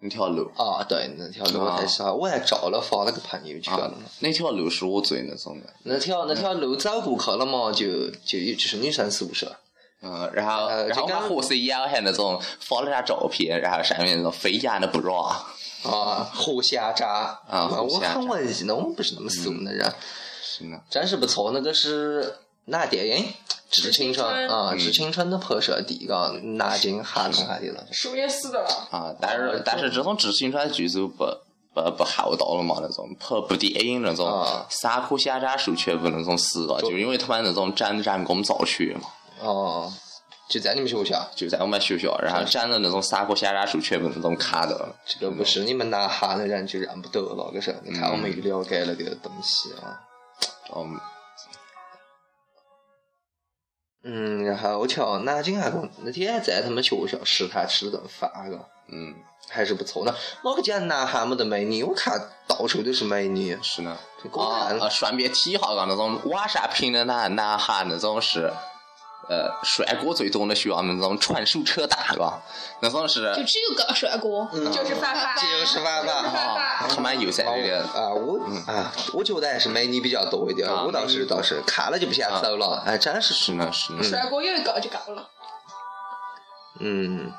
Speaker 2: 那条路。
Speaker 3: 啊，对，那条路
Speaker 2: 啊
Speaker 3: 太喜欢，我还找了发了个朋友圈
Speaker 2: 啊
Speaker 3: 了。，
Speaker 2: 那条路是我最那种的，
Speaker 3: 那条那条路走过去了嘛，就就有就是女生宿舍。
Speaker 2: 嗯，然后
Speaker 3: 呃
Speaker 2: 然后
Speaker 3: 这
Speaker 2: 我
Speaker 3: 个
Speaker 2: 们合适一样还那种发了张照片，然后上面那种飞扬的 bra，
Speaker 3: 啊，互瞎渣
Speaker 2: 啊互
Speaker 3: 我
Speaker 2: 瞎嗯
Speaker 3: 很
Speaker 2: 渣
Speaker 3: 文艺呢，我不是那么怂的人，
Speaker 2: 真的，
Speaker 3: 真是不错。那个是那电影《致青春》啊，
Speaker 2: 嗯
Speaker 3: 《致青春》的拍摄地，啊，南京哈农哈的了。
Speaker 6: 数也死了。
Speaker 2: 啊，但
Speaker 3: 哦
Speaker 2: 是但是这种致青春剧组不不不厚道了嘛，那种拍部电影那种
Speaker 3: 啊
Speaker 2: 三棵瞎楂树全部那种死啊了，就因为他们那种整人工造血嘛，
Speaker 3: 哦，就在你们学校，
Speaker 2: 就在我们学校，然后整的那种三棵瞎楂树全部那种砍掉了，
Speaker 3: 这个不是你们南哈的人就认不得了，可是你看我们又了解了个东西啊。
Speaker 2: 嗯，
Speaker 3: 嗯，然后我瞧南京还公那天在他们学校食堂吃了顿饭个，
Speaker 2: 嗯，
Speaker 3: 还是不错的。哪个家南哈没得美女？我看到处都是美女，
Speaker 2: 是呢。
Speaker 3: 这光
Speaker 2: 啊
Speaker 3: 看，
Speaker 2: 呃，顺便提一下啊，那种网上评论那南韩那种是，呃，帅哥最多的学校那种传手扯淡，嘎，那种是
Speaker 4: 就只有个帅哥，
Speaker 6: 就是发发，
Speaker 3: 就是饭饭。
Speaker 6: 就是发
Speaker 2: 啊，
Speaker 6: 发。
Speaker 2: 他们又在这个嗯
Speaker 3: 啊，我啊，我觉得还是美女比较多一点。
Speaker 2: 啊
Speaker 3: 我倒
Speaker 2: 美
Speaker 3: 是
Speaker 2: 女
Speaker 3: 倒是看了就不想走了，哎，真是
Speaker 2: 是呢是呢，
Speaker 6: 帅哥有一个就够了。
Speaker 3: 嗯，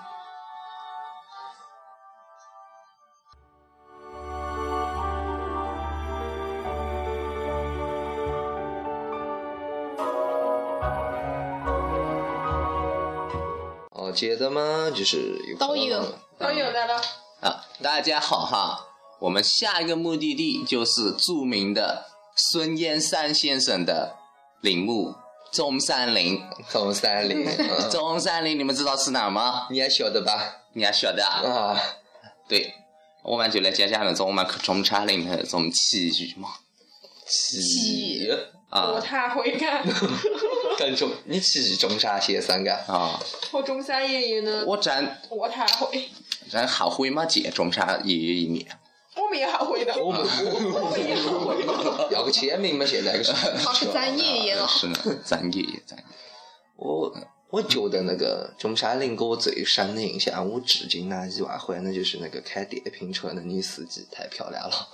Speaker 3: 哦，接着嘛，就是有
Speaker 4: 都有
Speaker 3: 可能
Speaker 6: 导游哎来了，
Speaker 2: 啊，大家好哈，我们下一个目的地就是著名的孙燕山先生的陵墓中山陵，
Speaker 3: 从三
Speaker 4: [laughs]
Speaker 3: 零，嗯
Speaker 2: 中山陵你们知道是哪儿吗？
Speaker 3: 你也晓得吧？
Speaker 2: 你还晓得啊？
Speaker 3: 啊，
Speaker 2: 对，我们就来讲讲那种我们中山陵的那种奇遇嘛。
Speaker 3: 起
Speaker 6: 我
Speaker 2: 啊
Speaker 6: 太会干。
Speaker 3: 跟中，你起中山先生干？
Speaker 2: 啊！
Speaker 6: 我中山爷爷呢，
Speaker 2: 我真
Speaker 6: 我太会，
Speaker 2: 真后悔没见中山爷爷一面。
Speaker 6: 我没好会的，
Speaker 3: 我们
Speaker 6: 我没好会的。
Speaker 3: [laughs] 要个签名嘛，现在个是。
Speaker 4: 好是咱爷爷了。
Speaker 2: 呃是呢，咱爷爷，咱爷爷
Speaker 3: 我我觉得那个中山陵给我最深的印象，我至今难以忘怀，那就是那个开电瓶车的女司机太漂亮了。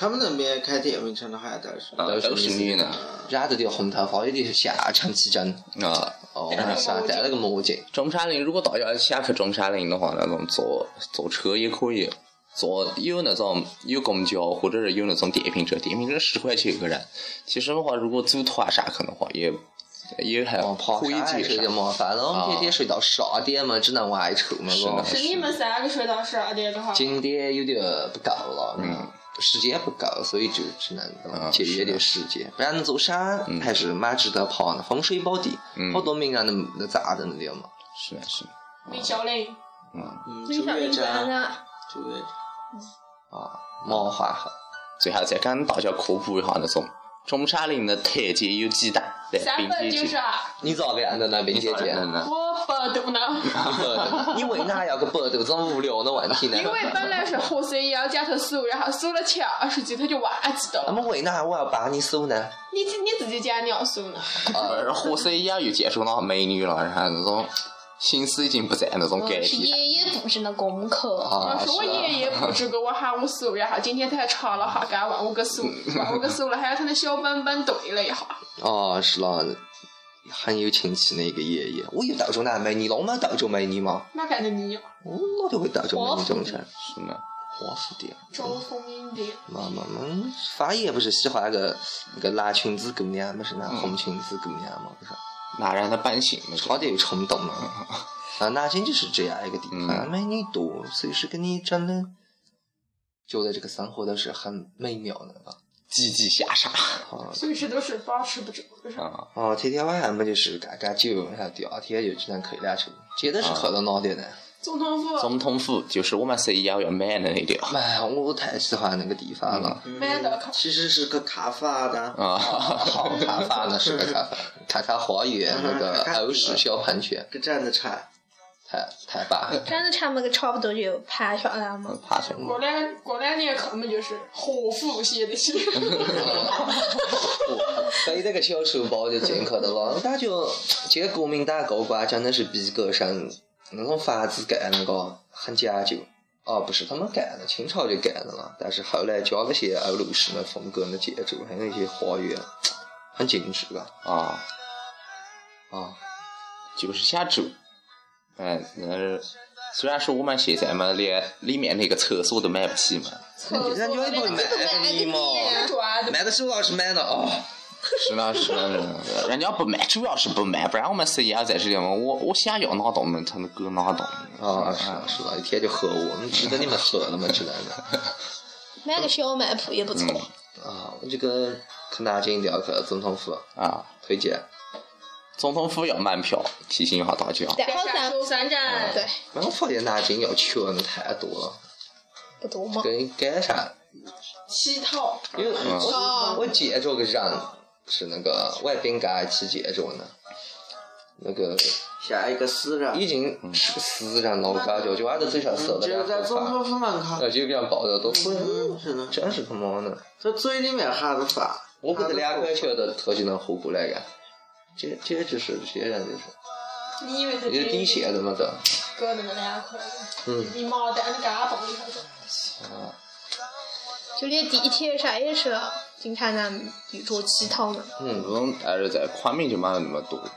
Speaker 5: 他们那边开电瓶车的还都是。
Speaker 2: 啊都是女的
Speaker 3: 染着条红头发，有点下沉气蒸。
Speaker 2: 啊。 [laughs]
Speaker 3: 哦，上戴了个墨镜，
Speaker 2: 中山陵，如果大家想去中山陵的话，那种坐坐车也可以，坐有那种有公交或者是有那种电瓶车，电瓶车十块钱一个人。其实的话，如果组团上去的话，也也还
Speaker 3: 哦，爬
Speaker 2: 可以
Speaker 3: 山
Speaker 2: 接
Speaker 3: 睡就
Speaker 2: 受。
Speaker 3: 麻烦了。我们天天睡到十二点嘛，只能外出嘛。
Speaker 2: 是
Speaker 3: 我
Speaker 2: 的
Speaker 6: 是你们三个睡到十二点的啊话，
Speaker 3: 景点有点不够了，嗯，时间不够，所以就只能呃
Speaker 2: 啊嗯
Speaker 3: 节约点时间，不然那座山还是蛮值得爬的，风水宝地，好多名人都都扎在那里嘛。
Speaker 2: 是的，是的。
Speaker 6: 李小林，
Speaker 5: 嗯，
Speaker 4: 你
Speaker 5: 朱
Speaker 4: 小
Speaker 5: 元
Speaker 4: 林班
Speaker 5: 璋，
Speaker 4: 啊，
Speaker 5: 朱元璋。
Speaker 3: 啊，麻花河，
Speaker 2: 最后再跟大家科普一下那种中山陵的特产有几大来
Speaker 6: 三
Speaker 2: 冰
Speaker 6: 本就
Speaker 2: 姐
Speaker 6: 是
Speaker 2: 姐。
Speaker 6: 啊
Speaker 3: 你咋办的呢，冰姐姐？
Speaker 6: 我百度呢，
Speaker 3: 你为哪要个百度这种无聊的问题呢？
Speaker 6: 因为本来是合适也要加头数，然后数了前二十句他就忘记
Speaker 3: 那
Speaker 6: 了。
Speaker 3: 么为哪我要帮你数呢？
Speaker 6: 你自你自己讲你要数呢，
Speaker 2: 而呃火色一样又接触到美女了，然后那种心思已经不在那种感
Speaker 4: 哦是
Speaker 2: 觉上。
Speaker 4: 爷爷布置的功课，
Speaker 3: 啊，
Speaker 6: 是我爷爷布置给我喊我数，然后今天他还查了哈，刚问我个数，问我个数了，还有他的小本本对了一下。
Speaker 3: 哦，是了，很有亲戚的一个爷爷，我有德州那美女，老满德州美女嘛，
Speaker 6: 那肯定你有，
Speaker 3: 我我都会德州美女中产，
Speaker 2: 是吗？
Speaker 3: 华府的。
Speaker 6: 招蜂引蝶。
Speaker 3: 妈妈们，反正也不是喜欢个那个蓝裙子姑娘，不是那红裙子姑娘嘛，不是，
Speaker 2: 哪让他搬醒了？
Speaker 3: 好得有冲动嘛。啊，南京就是这样一个地方，
Speaker 2: 嗯
Speaker 3: 美女多，所以说跟你真的觉得这个生活都是很美妙的吧。
Speaker 2: 积极向上
Speaker 3: 啊
Speaker 6: 随时都是保持不住，就是
Speaker 2: 啊！
Speaker 3: 哦，天天晚上不就是干干酒，然后第二天就只能开两车，真的是喝到脑袋呢。
Speaker 6: 总统府
Speaker 2: 总统府就是我们 CEO 要买的那条啊
Speaker 3: 哎，我太喜欢那个地方了，
Speaker 6: 买的可
Speaker 5: 嗯其实是个卡发的，
Speaker 2: 啊，
Speaker 3: 好开发呢，是个开发，看看花园那个欧式小喷泉，
Speaker 5: 个站着铲。
Speaker 3: 太太棒了。
Speaker 4: 真的差不多差不多就爬小了嘛。
Speaker 2: 爬山
Speaker 6: 过两过两年可能就是祸福写的起，
Speaker 2: 嗯
Speaker 3: 背这个小书包就进去的了，那就这个国民党高官真的是逼格上那种法子改那个很讲究。哦，不是他们改的，清朝就改的了，但是后来加了些欧陆式的风格的建筑，还有一些花园，很精致的
Speaker 2: [laughs] 啊，
Speaker 3: 啊。
Speaker 2: 就是下周，嗯，那虽然说我们现在嘛，连里面那个厕所都买不起嘛，
Speaker 6: [laughs] 厕所
Speaker 3: 人家也不会买
Speaker 4: 买
Speaker 3: 给你嘛，
Speaker 4: 啊
Speaker 6: 抓的
Speaker 3: 买的时候老是买的哦。
Speaker 2: 是呢是呢是呢， [laughs] 人家不卖，主要是不卖，不然我们 CEO 在这里嘛，我我想要拿到嘛，他能给我拿到
Speaker 3: 啊，是的，是的，一天就喝我们值得你们喝了吗？值得的。
Speaker 4: 买个小卖铺也不错。
Speaker 2: 嗯
Speaker 3: 啊，我这个可拿进雕刻总统府
Speaker 2: 啊。
Speaker 3: 推荐。
Speaker 2: 总统府要门票，提醒一下大家。
Speaker 4: 但啊好
Speaker 6: 下
Speaker 4: 像
Speaker 6: 收山站，
Speaker 4: 对
Speaker 3: 没有发现南京要去的太多了，
Speaker 4: 不多嘛。
Speaker 3: 跟改善，
Speaker 6: 乞讨，
Speaker 3: 因为我、
Speaker 2: 嗯
Speaker 4: 哦
Speaker 3: 我接触个人是那个外宾干去接触呢，那个
Speaker 5: 下一个私人，
Speaker 3: 已经
Speaker 2: 嗯
Speaker 3: 是私人老高就就按照最少死了
Speaker 5: 这个嗯呃在
Speaker 3: 两
Speaker 5: 总
Speaker 3: 发，
Speaker 5: 统府门口。
Speaker 3: 那就这样抱着都吹，
Speaker 5: 嗯，是的，
Speaker 3: 真是他妈的！
Speaker 5: 这嘴里面含着饭。
Speaker 3: 我给他两块钱的特技能活过来个，这这就是这些人就是，
Speaker 6: 你以为他
Speaker 3: 这底线都没
Speaker 2: 啊
Speaker 3: 得。
Speaker 6: 割那么两块的，
Speaker 3: 嗯
Speaker 6: 你毛蛋的嘎嘣一下子，
Speaker 3: 啊
Speaker 4: 就连地铁上也是，经常咱比如乞讨呢。
Speaker 2: 嗯，不用但是在昆明就没有那么多。啊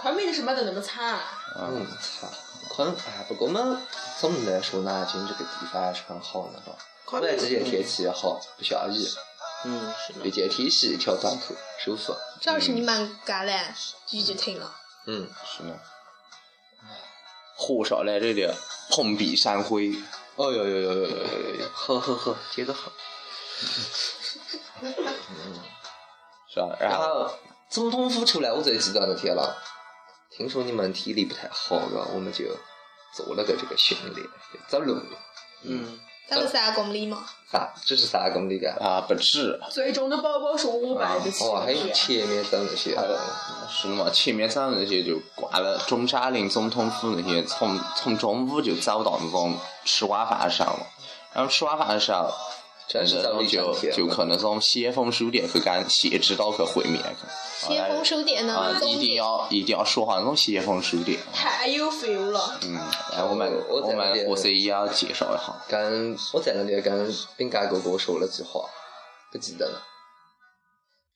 Speaker 6: 昆明的什么都那么惨啊，
Speaker 3: 嗯，操，可能哎，不过我们总的来说，南京这个地方还是很好的哈。
Speaker 5: 昆
Speaker 3: 外
Speaker 5: 明
Speaker 3: 这些天气也好，不下雨，
Speaker 5: 嗯，是
Speaker 3: 一
Speaker 5: 的。
Speaker 3: 件 T 恤，一条短裤，舒服。
Speaker 4: 主要是你们干了，雨就停了。
Speaker 3: 嗯，
Speaker 2: 是呢。火烧来这里，碰壁山灰。
Speaker 3: 哦呦呦呦呦呦呦呦，好好好，接着好。
Speaker 2: 是吧？然
Speaker 3: 然
Speaker 2: 后
Speaker 3: 后总统府出来，我最记得那天了。听说你们体力不太好了，我们就做了个这个训练，走路
Speaker 5: 嗯，
Speaker 4: 咱们三公里嘛，
Speaker 3: 三，这是三公里的。
Speaker 2: 啊，不止，
Speaker 6: 最终的宝宝是我买的起
Speaker 3: 哦
Speaker 2: 哦
Speaker 3: 哇，还有前面走那些，
Speaker 2: 是嘛？前面上那些就挂了中山陵、总统府那些，从从中午就走到那种吃晚饭的时候嘛。然后吃晚饭的时候，
Speaker 3: 真是
Speaker 2: 那
Speaker 3: 走
Speaker 2: 种
Speaker 3: 了
Speaker 2: 就就去那种先锋书店去跟谢指导去会面去。
Speaker 4: 先锋书店
Speaker 2: 啊
Speaker 4: 呢，，
Speaker 2: 一定要一定要说好那种先锋书店。
Speaker 6: 太有 feel 了，
Speaker 2: 嗯，然后嗯我们
Speaker 3: 我我在
Speaker 2: 我
Speaker 3: 那
Speaker 2: 们
Speaker 3: 边
Speaker 2: 火也要介绍一下，
Speaker 3: 跟我在那里跟饼干哥哥说了句话，不记得了。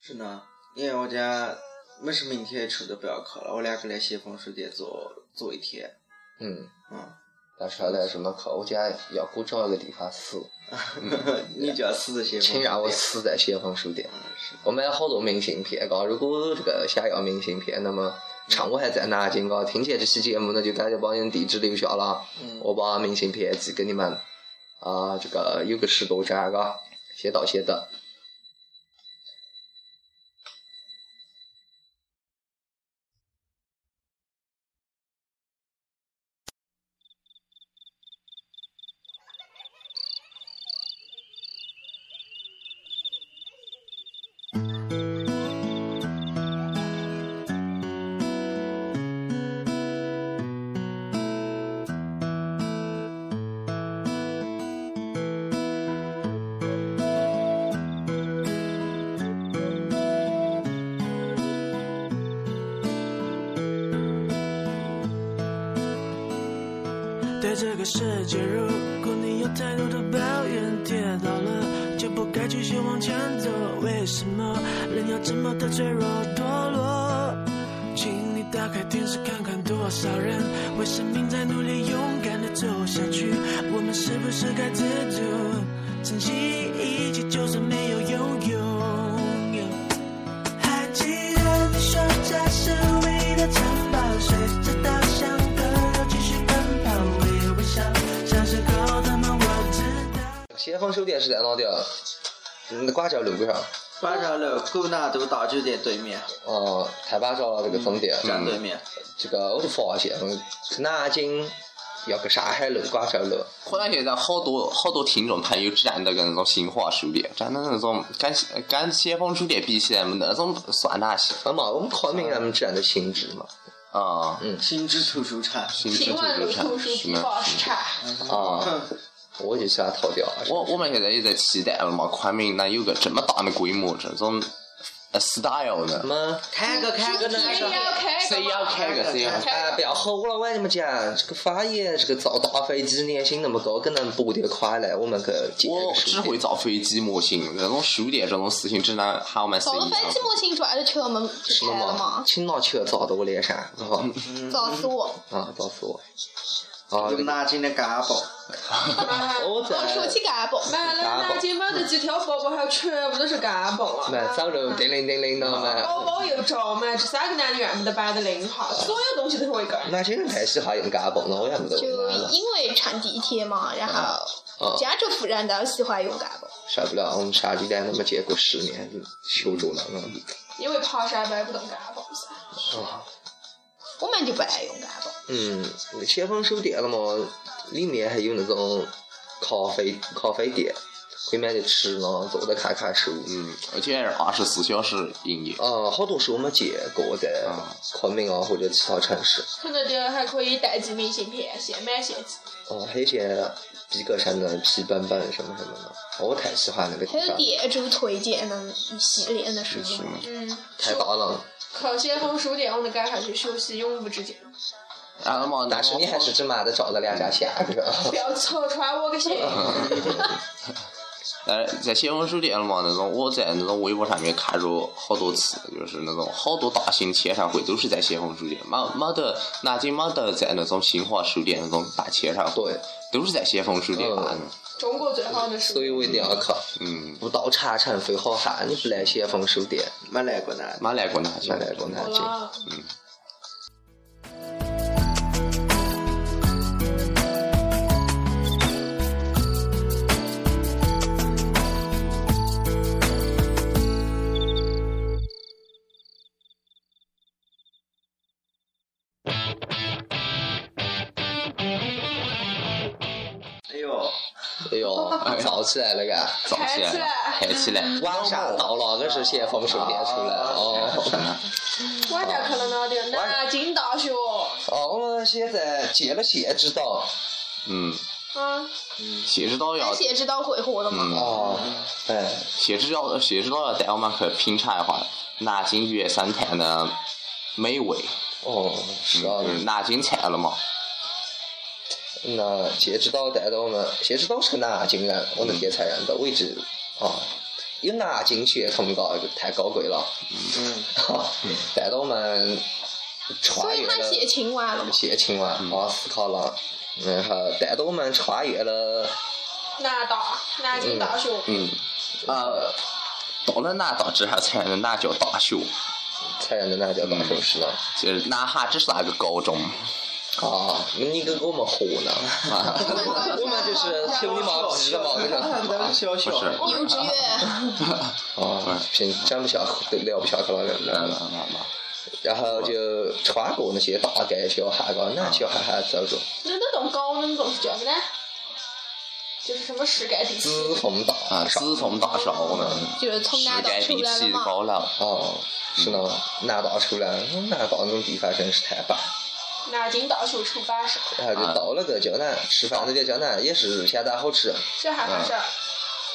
Speaker 5: 是的，因为我家没什么明天出的不要考了，我俩个来西风书店做做一天。
Speaker 3: 嗯，
Speaker 5: 嗯，
Speaker 3: 但是后来什么课，我家要给我找一个地方死，
Speaker 5: [laughs] 你家死的西风。
Speaker 3: 请让我死在先锋书店。
Speaker 5: 嗯，是的。
Speaker 3: 我买了好多明信片，嘎，如果这个想要明信片，那么
Speaker 5: 嗯
Speaker 3: 趁我还在南京，嘎，听见这期节目呢，就赶紧把你们地址留下了，
Speaker 5: 嗯
Speaker 3: 我把明信片寄给你们。啊，这个有个十多张，嘎，先到先得。
Speaker 7: 对这个世界，如果你有太多的抱怨，跌倒了就不该继续往前走。为什么人要这么的脆弱堕落？就电视看看多少人为生命在努力，勇敢的走下去。我们是不是该知足，珍惜一切，就算没有拥有。还记得你说家是唯一的城堡，随着稻香河流继续奔跑，我也微笑，小时候的梦我知道。
Speaker 3: 先锋收点是在哪点？嗯，挂角路上。
Speaker 5: 八角楼古南渡大酒店对面，
Speaker 3: 哦，太巴找了这个总店。
Speaker 5: 站嗯对面，
Speaker 3: 这个我就发现，去南京要去上海路、挂角路，
Speaker 2: 湖南现在好多好多听众朋友站那个那种新华书店，站的那种跟跟先锋书店比起来，那种算哪些？
Speaker 3: 那嘛，我们昆明人们自然的心智嘛。
Speaker 2: 啊，
Speaker 5: 新知图书城。
Speaker 2: 新式
Speaker 4: 秦万
Speaker 2: 自
Speaker 4: 路
Speaker 2: 助
Speaker 4: 图
Speaker 2: 餐
Speaker 4: 书
Speaker 2: 是
Speaker 4: 比
Speaker 2: 吗？
Speaker 4: 报是差，
Speaker 3: 啊，我就喜欢逃掉。
Speaker 2: 我我们现在也在期待了嘛，昆明能有个这么大的规模，这种呃 style
Speaker 3: 什
Speaker 2: 呢？
Speaker 3: 么？
Speaker 5: 看个看个那
Speaker 4: 谁
Speaker 5: 个，
Speaker 4: 要开
Speaker 2: 谁要啊开个谁 E 要开？
Speaker 3: 哎，不要吼了，我跟你们讲，这个发言，这个造大飞机年薪那么高，跟咱们补点快来，我们去建
Speaker 2: 我
Speaker 3: 个
Speaker 2: 只
Speaker 3: 书
Speaker 2: 会
Speaker 3: 店。
Speaker 2: 造飞机模型，这种书店这种事情只能喊我们 E 啊
Speaker 4: 搞了翻积木星转着圈，我们
Speaker 3: 什
Speaker 4: 就
Speaker 3: 么
Speaker 4: 开了
Speaker 3: 嘛
Speaker 4: 吗？？
Speaker 3: 请拿去造到我脸上，然后
Speaker 4: 早死我！
Speaker 3: 啊，造死我！啊，
Speaker 4: [laughs]
Speaker 5: 有
Speaker 3: 这个
Speaker 5: 南京的嘎巴，
Speaker 3: 我
Speaker 4: 我说
Speaker 3: 在
Speaker 4: 起干不？
Speaker 6: 买了南京买的几条包包，还有全部都是干包啊！
Speaker 3: 满上楼叮铃叮铃的嘛。
Speaker 6: 包包又照买，这三个男的原本都摆的零号，所有东西都是我一个人。
Speaker 3: 那这人太喜欢用嘎嘣了，我也不懂
Speaker 4: 就
Speaker 3: 了，
Speaker 4: 因为乘地铁嘛，然后
Speaker 3: 啊
Speaker 4: 江浙沪人都喜欢用干不？
Speaker 3: 受不了，我们沙地带那么结过十年，修住了嗯
Speaker 6: 因为爬山买不动干包噻。
Speaker 3: 啊，
Speaker 4: 我们就不爱用干不。
Speaker 3: 嗯，先锋书店了嘛，里面还有那种咖啡咖啡店，可以买点吃呢，坐着看看书。
Speaker 2: 嗯，而且二十四小时营业。
Speaker 3: 啊，好多是我没见过在
Speaker 2: 啊
Speaker 3: 昆明啊或者其他城市。
Speaker 6: 他那点还可以带寄明信片，现买现寄。
Speaker 3: 哦，还有些皮革山的皮本本什么什么的，哦我太喜欢那个地
Speaker 4: 还有
Speaker 3: 方，
Speaker 4: 店主推荐的一系列的书，
Speaker 2: 是吗？
Speaker 6: 嗯，
Speaker 3: 太棒了。
Speaker 6: 靠先锋书店，我能赶上去休息，永无止境。
Speaker 2: 然后嘛，
Speaker 3: 但是你还是只买的找了两家下个人。
Speaker 6: 不要戳穿我个心。
Speaker 2: 呃，在先锋书店嘛，那种我在那种微博上面看着好多次，就是那种好多大型签唱会都是在先锋书店，没没得南京没得在那种新华书店那种大签唱会，
Speaker 3: 对，
Speaker 2: 都是在先锋书店办的。
Speaker 6: 中国最好的书
Speaker 3: 所，以我一定要去。
Speaker 2: 嗯，
Speaker 3: 不到茶城非好汉，你不来先锋书店，
Speaker 5: 没来过南京。
Speaker 2: 没来过南京，
Speaker 3: 没来过南
Speaker 6: 好
Speaker 3: 京。
Speaker 6: 了，
Speaker 5: 哎呦，
Speaker 3: 哎呦，早起来了嘎！
Speaker 2: 早起来了，嗨起来，
Speaker 3: 晚上到了，可是先锋书店出来了哦。
Speaker 2: 啊
Speaker 6: 晚上去了哪点？南京大学。
Speaker 3: 哦，我们现在见了谢指导。
Speaker 2: 嗯，
Speaker 6: 嗯，
Speaker 2: 谢指导要
Speaker 4: 而，且知道会火的嘛。
Speaker 2: 嗯，
Speaker 3: 哦，哎，
Speaker 2: 谢指导，谢指导要带我们去品尝一下南京原生态的美味，
Speaker 3: 哦，是啊
Speaker 2: 就，是南京菜了嘛。
Speaker 3: 那谢指导带到我们，谢指导是个南京人，我那天才认得，我一直啊，有南京血统高，太高贵了。嗯，带到我们
Speaker 4: 所
Speaker 3: 穿
Speaker 4: 以
Speaker 3: 越
Speaker 4: 他
Speaker 3: 了。
Speaker 4: 写秦完了嘛，
Speaker 3: 谢青蛙啊，斯卡郎，然后嗯带着我们穿越了，
Speaker 6: 南大，南京大学。
Speaker 2: 嗯，呃，到了南大之后才认得那叫大学，
Speaker 3: 才认得那叫大城市了。
Speaker 2: 就是南哈只是那个高中，
Speaker 3: 啊，你跟我们火呢？啊我们就是听你妈逼的啊嘛，
Speaker 5: [laughs] 看
Speaker 3: 跟
Speaker 5: 到
Speaker 3: 你
Speaker 5: 小
Speaker 2: 不
Speaker 5: 小
Speaker 2: 是？
Speaker 4: 幼稚园
Speaker 3: 说。啊，平站不下，都聊不下去了，
Speaker 2: 那
Speaker 3: 聊
Speaker 2: 那那那
Speaker 3: 然后就穿过那些大街小巷，嘎，哪小巷还走过？
Speaker 6: 那那栋高的那栋是叫什么呢？就是什么世界第一。
Speaker 3: 紫峰大
Speaker 2: 啊，
Speaker 3: 厦。
Speaker 2: 紫峰大厦我们
Speaker 4: 就是从
Speaker 2: 世
Speaker 4: 南岛
Speaker 2: 界
Speaker 4: 出
Speaker 2: 第
Speaker 4: 来了
Speaker 2: 七
Speaker 4: 嘛。
Speaker 2: 高楼，
Speaker 3: 哦，是呢，南大出来，南大那种地方真是太棒。
Speaker 6: 南京大学出版社，
Speaker 3: 然后就到了个江南，吃饭那边江南也是现在好吃，
Speaker 6: 这还不是？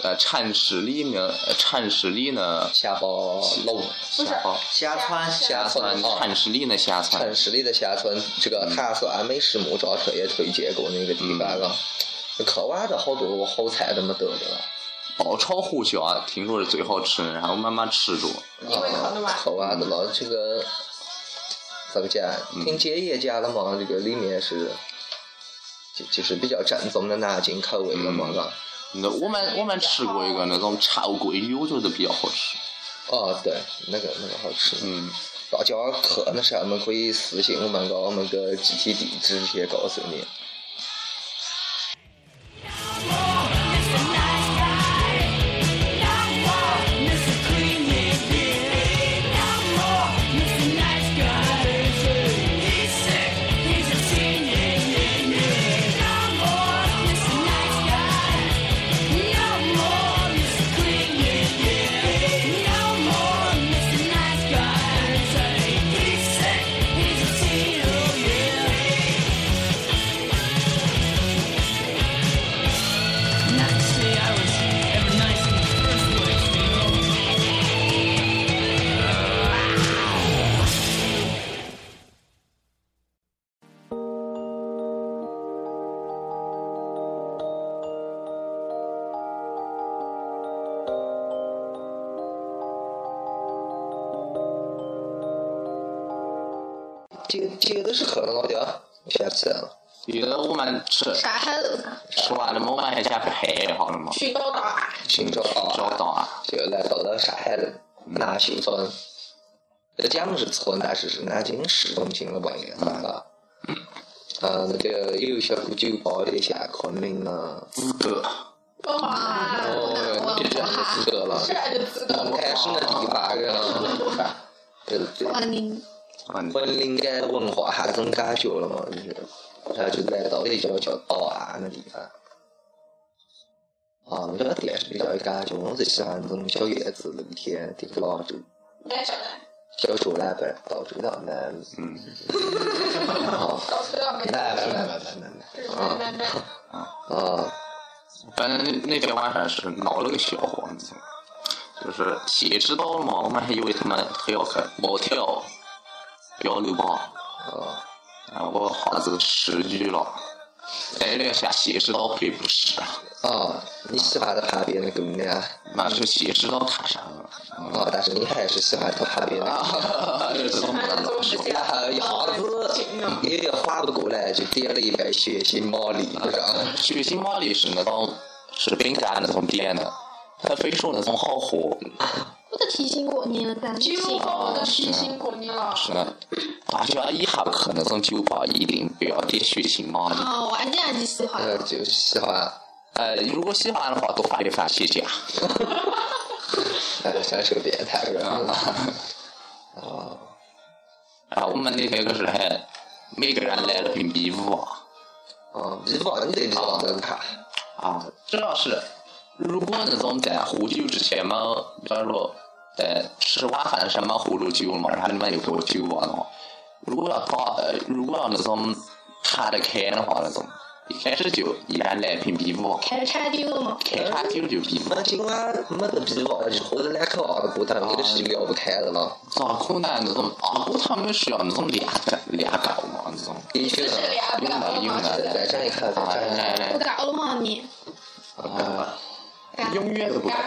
Speaker 2: 呃，城市里面，呃城市里呢，嗯
Speaker 3: 下包楼。
Speaker 6: 不是
Speaker 2: 下包
Speaker 5: 下川
Speaker 3: 下
Speaker 5: 下
Speaker 3: 川
Speaker 2: 川
Speaker 3: 哦
Speaker 2: 城市里呢下川
Speaker 3: 城，市里的乡村，这个塔索安美食木扎特也推荐过那个地方了。科湾的好多好菜都没得的了，
Speaker 2: 爆炒胡椒啊听说
Speaker 3: 啊
Speaker 2: 是最好吃的，然后慢慢吃着，
Speaker 6: 因为可能吧。
Speaker 3: 科湾的了，这个那个家，听杰爷家的嘛，这个里面是就就是比较正宗的南京口味的嘛，
Speaker 2: 嗯
Speaker 3: 嘎、
Speaker 2: 那我们我们吃过一个那种炒桂鱼，我觉得比较好吃。
Speaker 3: 哦，对，那个那个好吃。啊
Speaker 2: 嗯，
Speaker 3: 大家渴的时候，我们可以私信我们把我们个具体地址先告诉你。这个这个都是渴的老家，我想起来了。
Speaker 2: 有的我们吃
Speaker 4: 啥海楼？
Speaker 2: 吃完了嘛，我们还想拍一下了嘛，
Speaker 6: 寻找答案。
Speaker 3: 寻找
Speaker 2: 找到啊。
Speaker 3: 就来到了上海的南新村。这讲是村，但是是南京市中心了吧？应该是吧？呃，那个有一小个酒吧的下昆啊明呢，
Speaker 2: 资格，啊
Speaker 4: 哇，
Speaker 3: 哦，你
Speaker 4: 啊
Speaker 3: 真的资格了。刚开始的第八个，对对，
Speaker 4: 哇啊你
Speaker 2: 嗯，
Speaker 3: 昆明的文化还真感觉了嘛，就是，然后就来到了一家叫道安的地方。啊，这个店是比较有感觉，我最喜欢这种小院子露天点个蜡烛。
Speaker 6: 来找来，
Speaker 3: 小说来本导致到南，嗯，好，
Speaker 6: 找资料没？
Speaker 3: 来来来来来来
Speaker 6: 是来来来，
Speaker 3: 啊，
Speaker 2: 反正那那天晚上是闹了个笑话，你知道吗就是谁知道了嘛，我们还以为他们他要开某条幺六八，
Speaker 3: 啊，
Speaker 2: 然后我哈子失语了，来了一下谁知道赔不是，
Speaker 3: 啊，你喜欢的旁边那个姑娘，
Speaker 2: 那是谁知道看啥了，嗯
Speaker 3: 啊，但是你还是喜欢他旁边那个。
Speaker 2: 啊， [laughs] 这怎么了？
Speaker 3: 然后一下子有点缓不过来，就点了一杯血腥玛丽，你知道吗？
Speaker 2: 血腥玛丽是那种是饼干那种店的，他非说那种好喝，
Speaker 4: 我都提醒过你了，咱们
Speaker 6: 只有我的虚心过啊你了。
Speaker 2: 是的，大家以后去那种酒吧一定不要点血腥玛丽。
Speaker 4: 哦，玩家你喜欢
Speaker 3: 呃，就是喜欢，
Speaker 2: 呃，如果喜欢的话，多发给番茄酱。 [laughs] 哎
Speaker 3: 呃，像是个变态人
Speaker 2: [laughs]
Speaker 3: 啊，
Speaker 2: 哦啊，我们那天可是还每个人来了瓶啤五啊。
Speaker 3: 啊，你忘你得知道这个卡，
Speaker 2: 啊，主要是如果那种在喝酒之前嘛，比方说在吃晚饭的时候嘛喝了酒嘛，然后你们又喝酒吧的话，如果要打，呃如果要那种谈得开的话，那种一开始就一人来瓶啤五，
Speaker 4: 开叉丢了吗？
Speaker 2: 开场酒就啤五
Speaker 3: 我，们今晚没得比忘，就喝了两口二锅头，你都是聊不开的了。
Speaker 2: 咋可能那种啊？我他们是要那种练练高嘛，那种。
Speaker 3: 的确呢，
Speaker 2: 有呢有呢，
Speaker 3: 再站一看，再
Speaker 2: 啊
Speaker 3: 站一看
Speaker 2: 来。来
Speaker 4: 不搞了吗你？
Speaker 2: 啊，永远都不敢。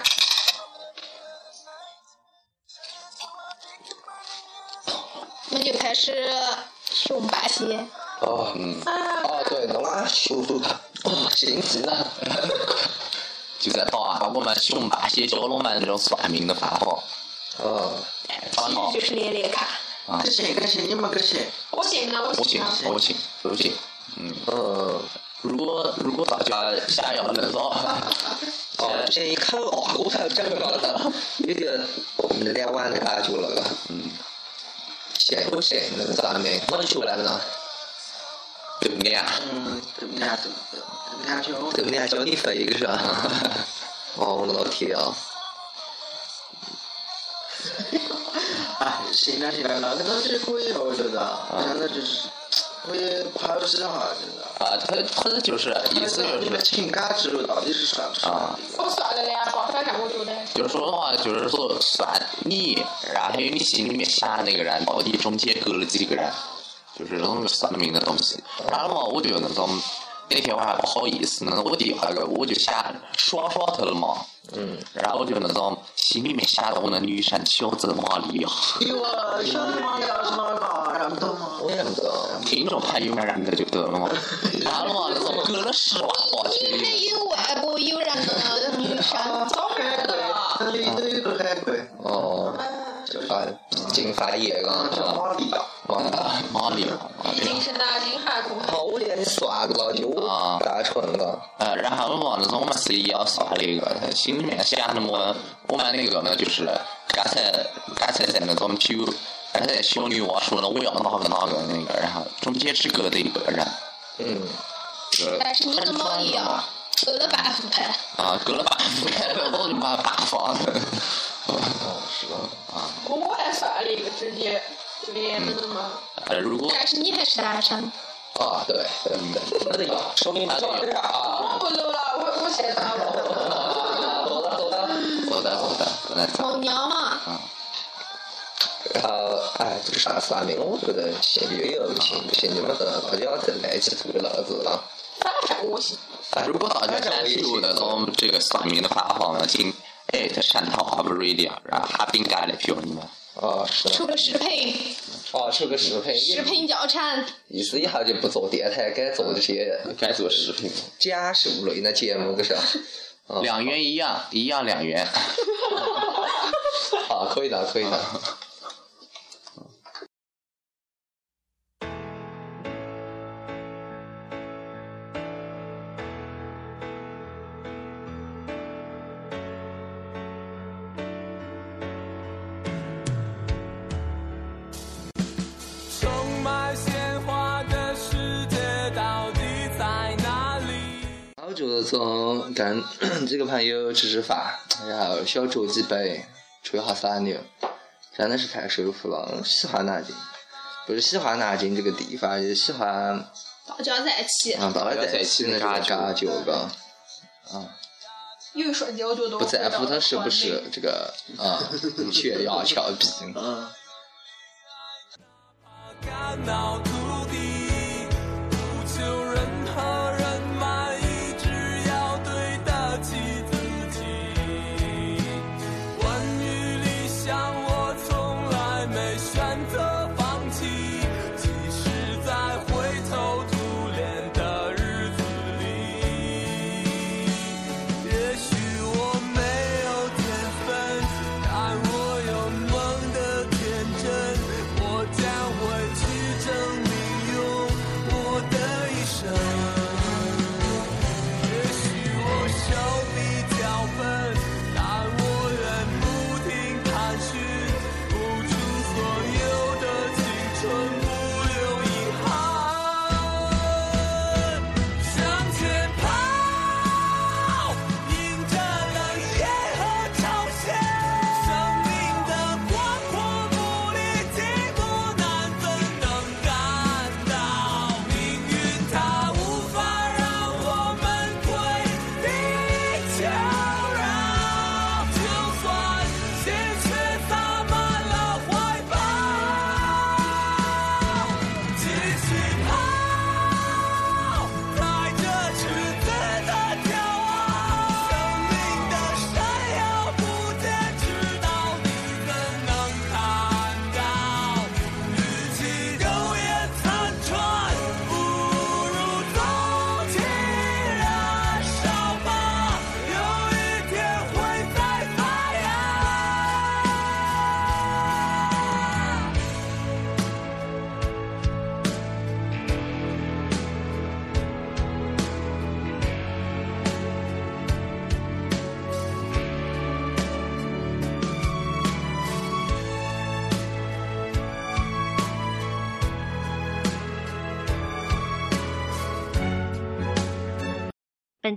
Speaker 4: 我们就开始是我们把戏，
Speaker 3: 哦，嗯，哦，对，能拉修复它，哦，行极了，
Speaker 2: [laughs] 就在到啊，我们熊把些教了我们这种算命的方法，
Speaker 3: 哦，
Speaker 2: 太
Speaker 4: 其
Speaker 2: 烦了
Speaker 4: 实就。是连连看。
Speaker 5: 跟谁跟谁？你们跟谁？
Speaker 6: 我行了，我
Speaker 2: 我
Speaker 6: 行
Speaker 2: 请
Speaker 6: 了。，
Speaker 2: 我请，我请。
Speaker 3: 嗯，
Speaker 2: 如果如果大家想要那种，
Speaker 3: [laughs]
Speaker 2: [laughs]
Speaker 5: 哎
Speaker 3: 哦，这一看，哇，我操，这么高的，有点我们的两万的感觉了，嗯，谁不谁那个咱们我出来了，
Speaker 2: 对不对啊？
Speaker 5: 嗯，对不对？对不对？
Speaker 3: 对
Speaker 5: 对不对？就
Speaker 3: 不对？啊叫你飞一个
Speaker 2: [laughs]
Speaker 3: 是吧？哦，我的老天啊！
Speaker 5: 啊，行了行了，那个东西可以，我觉得，那个就是我也不好知道，真的。
Speaker 2: 啊，他他就是意思就
Speaker 5: 你们
Speaker 2: 是
Speaker 5: 情感植入到底是啥？
Speaker 2: 啊，
Speaker 6: 我算了两包，反正我觉得
Speaker 2: 就是说的话就是说算你，然后还有你心里面想的那个人到底中间隔了几个人，就是这种算命的东西。然后嘛，我就那种那天晚上不好意思呢，我第二个我就想耍耍他了嘛。嗯，然后我就那种心里面想到我那女神小泽玛利亚，
Speaker 5: 因为小的嘛聊什么了嘛，然后都
Speaker 3: 那个
Speaker 2: 听众怕有染的就得了嘛。完了嘛，这种隔了十万八千里，
Speaker 4: 有外国有染的女
Speaker 6: [laughs]
Speaker 4: 生，
Speaker 5: 早海鬼，那里头有个海鬼，
Speaker 3: 哦，发金发夜刚是吧？
Speaker 5: 马里亚，
Speaker 3: 忘了。
Speaker 2: 妈的妈
Speaker 6: 一
Speaker 2: 的
Speaker 6: 定是南京海空
Speaker 3: 好，我给你刷个了，就
Speaker 2: 啊
Speaker 3: 打纯了。
Speaker 2: 呃，然后嘛，那种我们是要耍那个，心里面想的么，我们那个呢，就是刚才刚才在那种酒，刚才小女娃说了我要哪个哪个那个，然后中间只隔着一个人，
Speaker 3: 嗯，
Speaker 4: 但是你跟毛一样，有啊了半副牌，
Speaker 2: 啊，隔了半分，我就把把放了，
Speaker 3: 哦，是吧？
Speaker 6: 我还耍了一个直接连着的嘛，
Speaker 2: 呃，如果
Speaker 4: 但是你还是单身。
Speaker 3: 啊，对对对，那得有，说明他这个啊，
Speaker 6: 我不录了，我我先打了。
Speaker 3: 走了走了。
Speaker 2: 走的走的走的走，
Speaker 4: 老娘嘛，
Speaker 3: 然后，哎，这个啥发明，我觉得现在也不行，不行，你们的不要再来起这个老子了。
Speaker 6: 反正我行，
Speaker 2: 如果大家感受那种这个算命的方法呢，请艾特山桃花不 radio，然后哈饼干来票你们。
Speaker 3: 哦，是
Speaker 4: 出个食品，
Speaker 3: 哦，出个食品，
Speaker 4: 食品教程，
Speaker 3: 意思以后就不做电台，改做这些
Speaker 2: 该做视频，
Speaker 3: 家属类的节目，可是。啊
Speaker 2: 两元一样，一样两元。
Speaker 3: 啊，可以的，可以的。
Speaker 7: 充满鲜花的世界到底在哪里？
Speaker 3: 然后就是说 [coughs] 跟几个朋友吃吃饭，然后小酌几杯，吹下三牛，真的是太舒服了。我喜欢南京，不是喜欢南京这个地方，啊就是喜欢
Speaker 4: 大家在一起，
Speaker 3: 嗯，大家在一起的那种感觉吧。
Speaker 6: 又说我觉得
Speaker 3: 不在乎他是不是这个啊缺牙翘鼻。
Speaker 5: 嗯，
Speaker 7: 肝脑涂地，不求任何人满意，只要对得起自己。关于理想，我从来没选择放弃，即使在灰头土脸的日子里。也许我没有天分，但我有梦的天真，我将会去证明用我的一生。也许我手比较笨，但我愿不停探寻，付出所有的青春，不留遗憾。向前跑，迎着冷夜和朝鲜，生命的广阔不历经过难，怎能感到命运它无法让我们跪地求饶？就算鲜血洒满了怀抱，继续跑，踩着赤子的骄傲，生命的闪耀不坚持到底，怎能看到？与其苟延残喘，不如纵情燃烧吧，有一天会再发芽。
Speaker 9: 本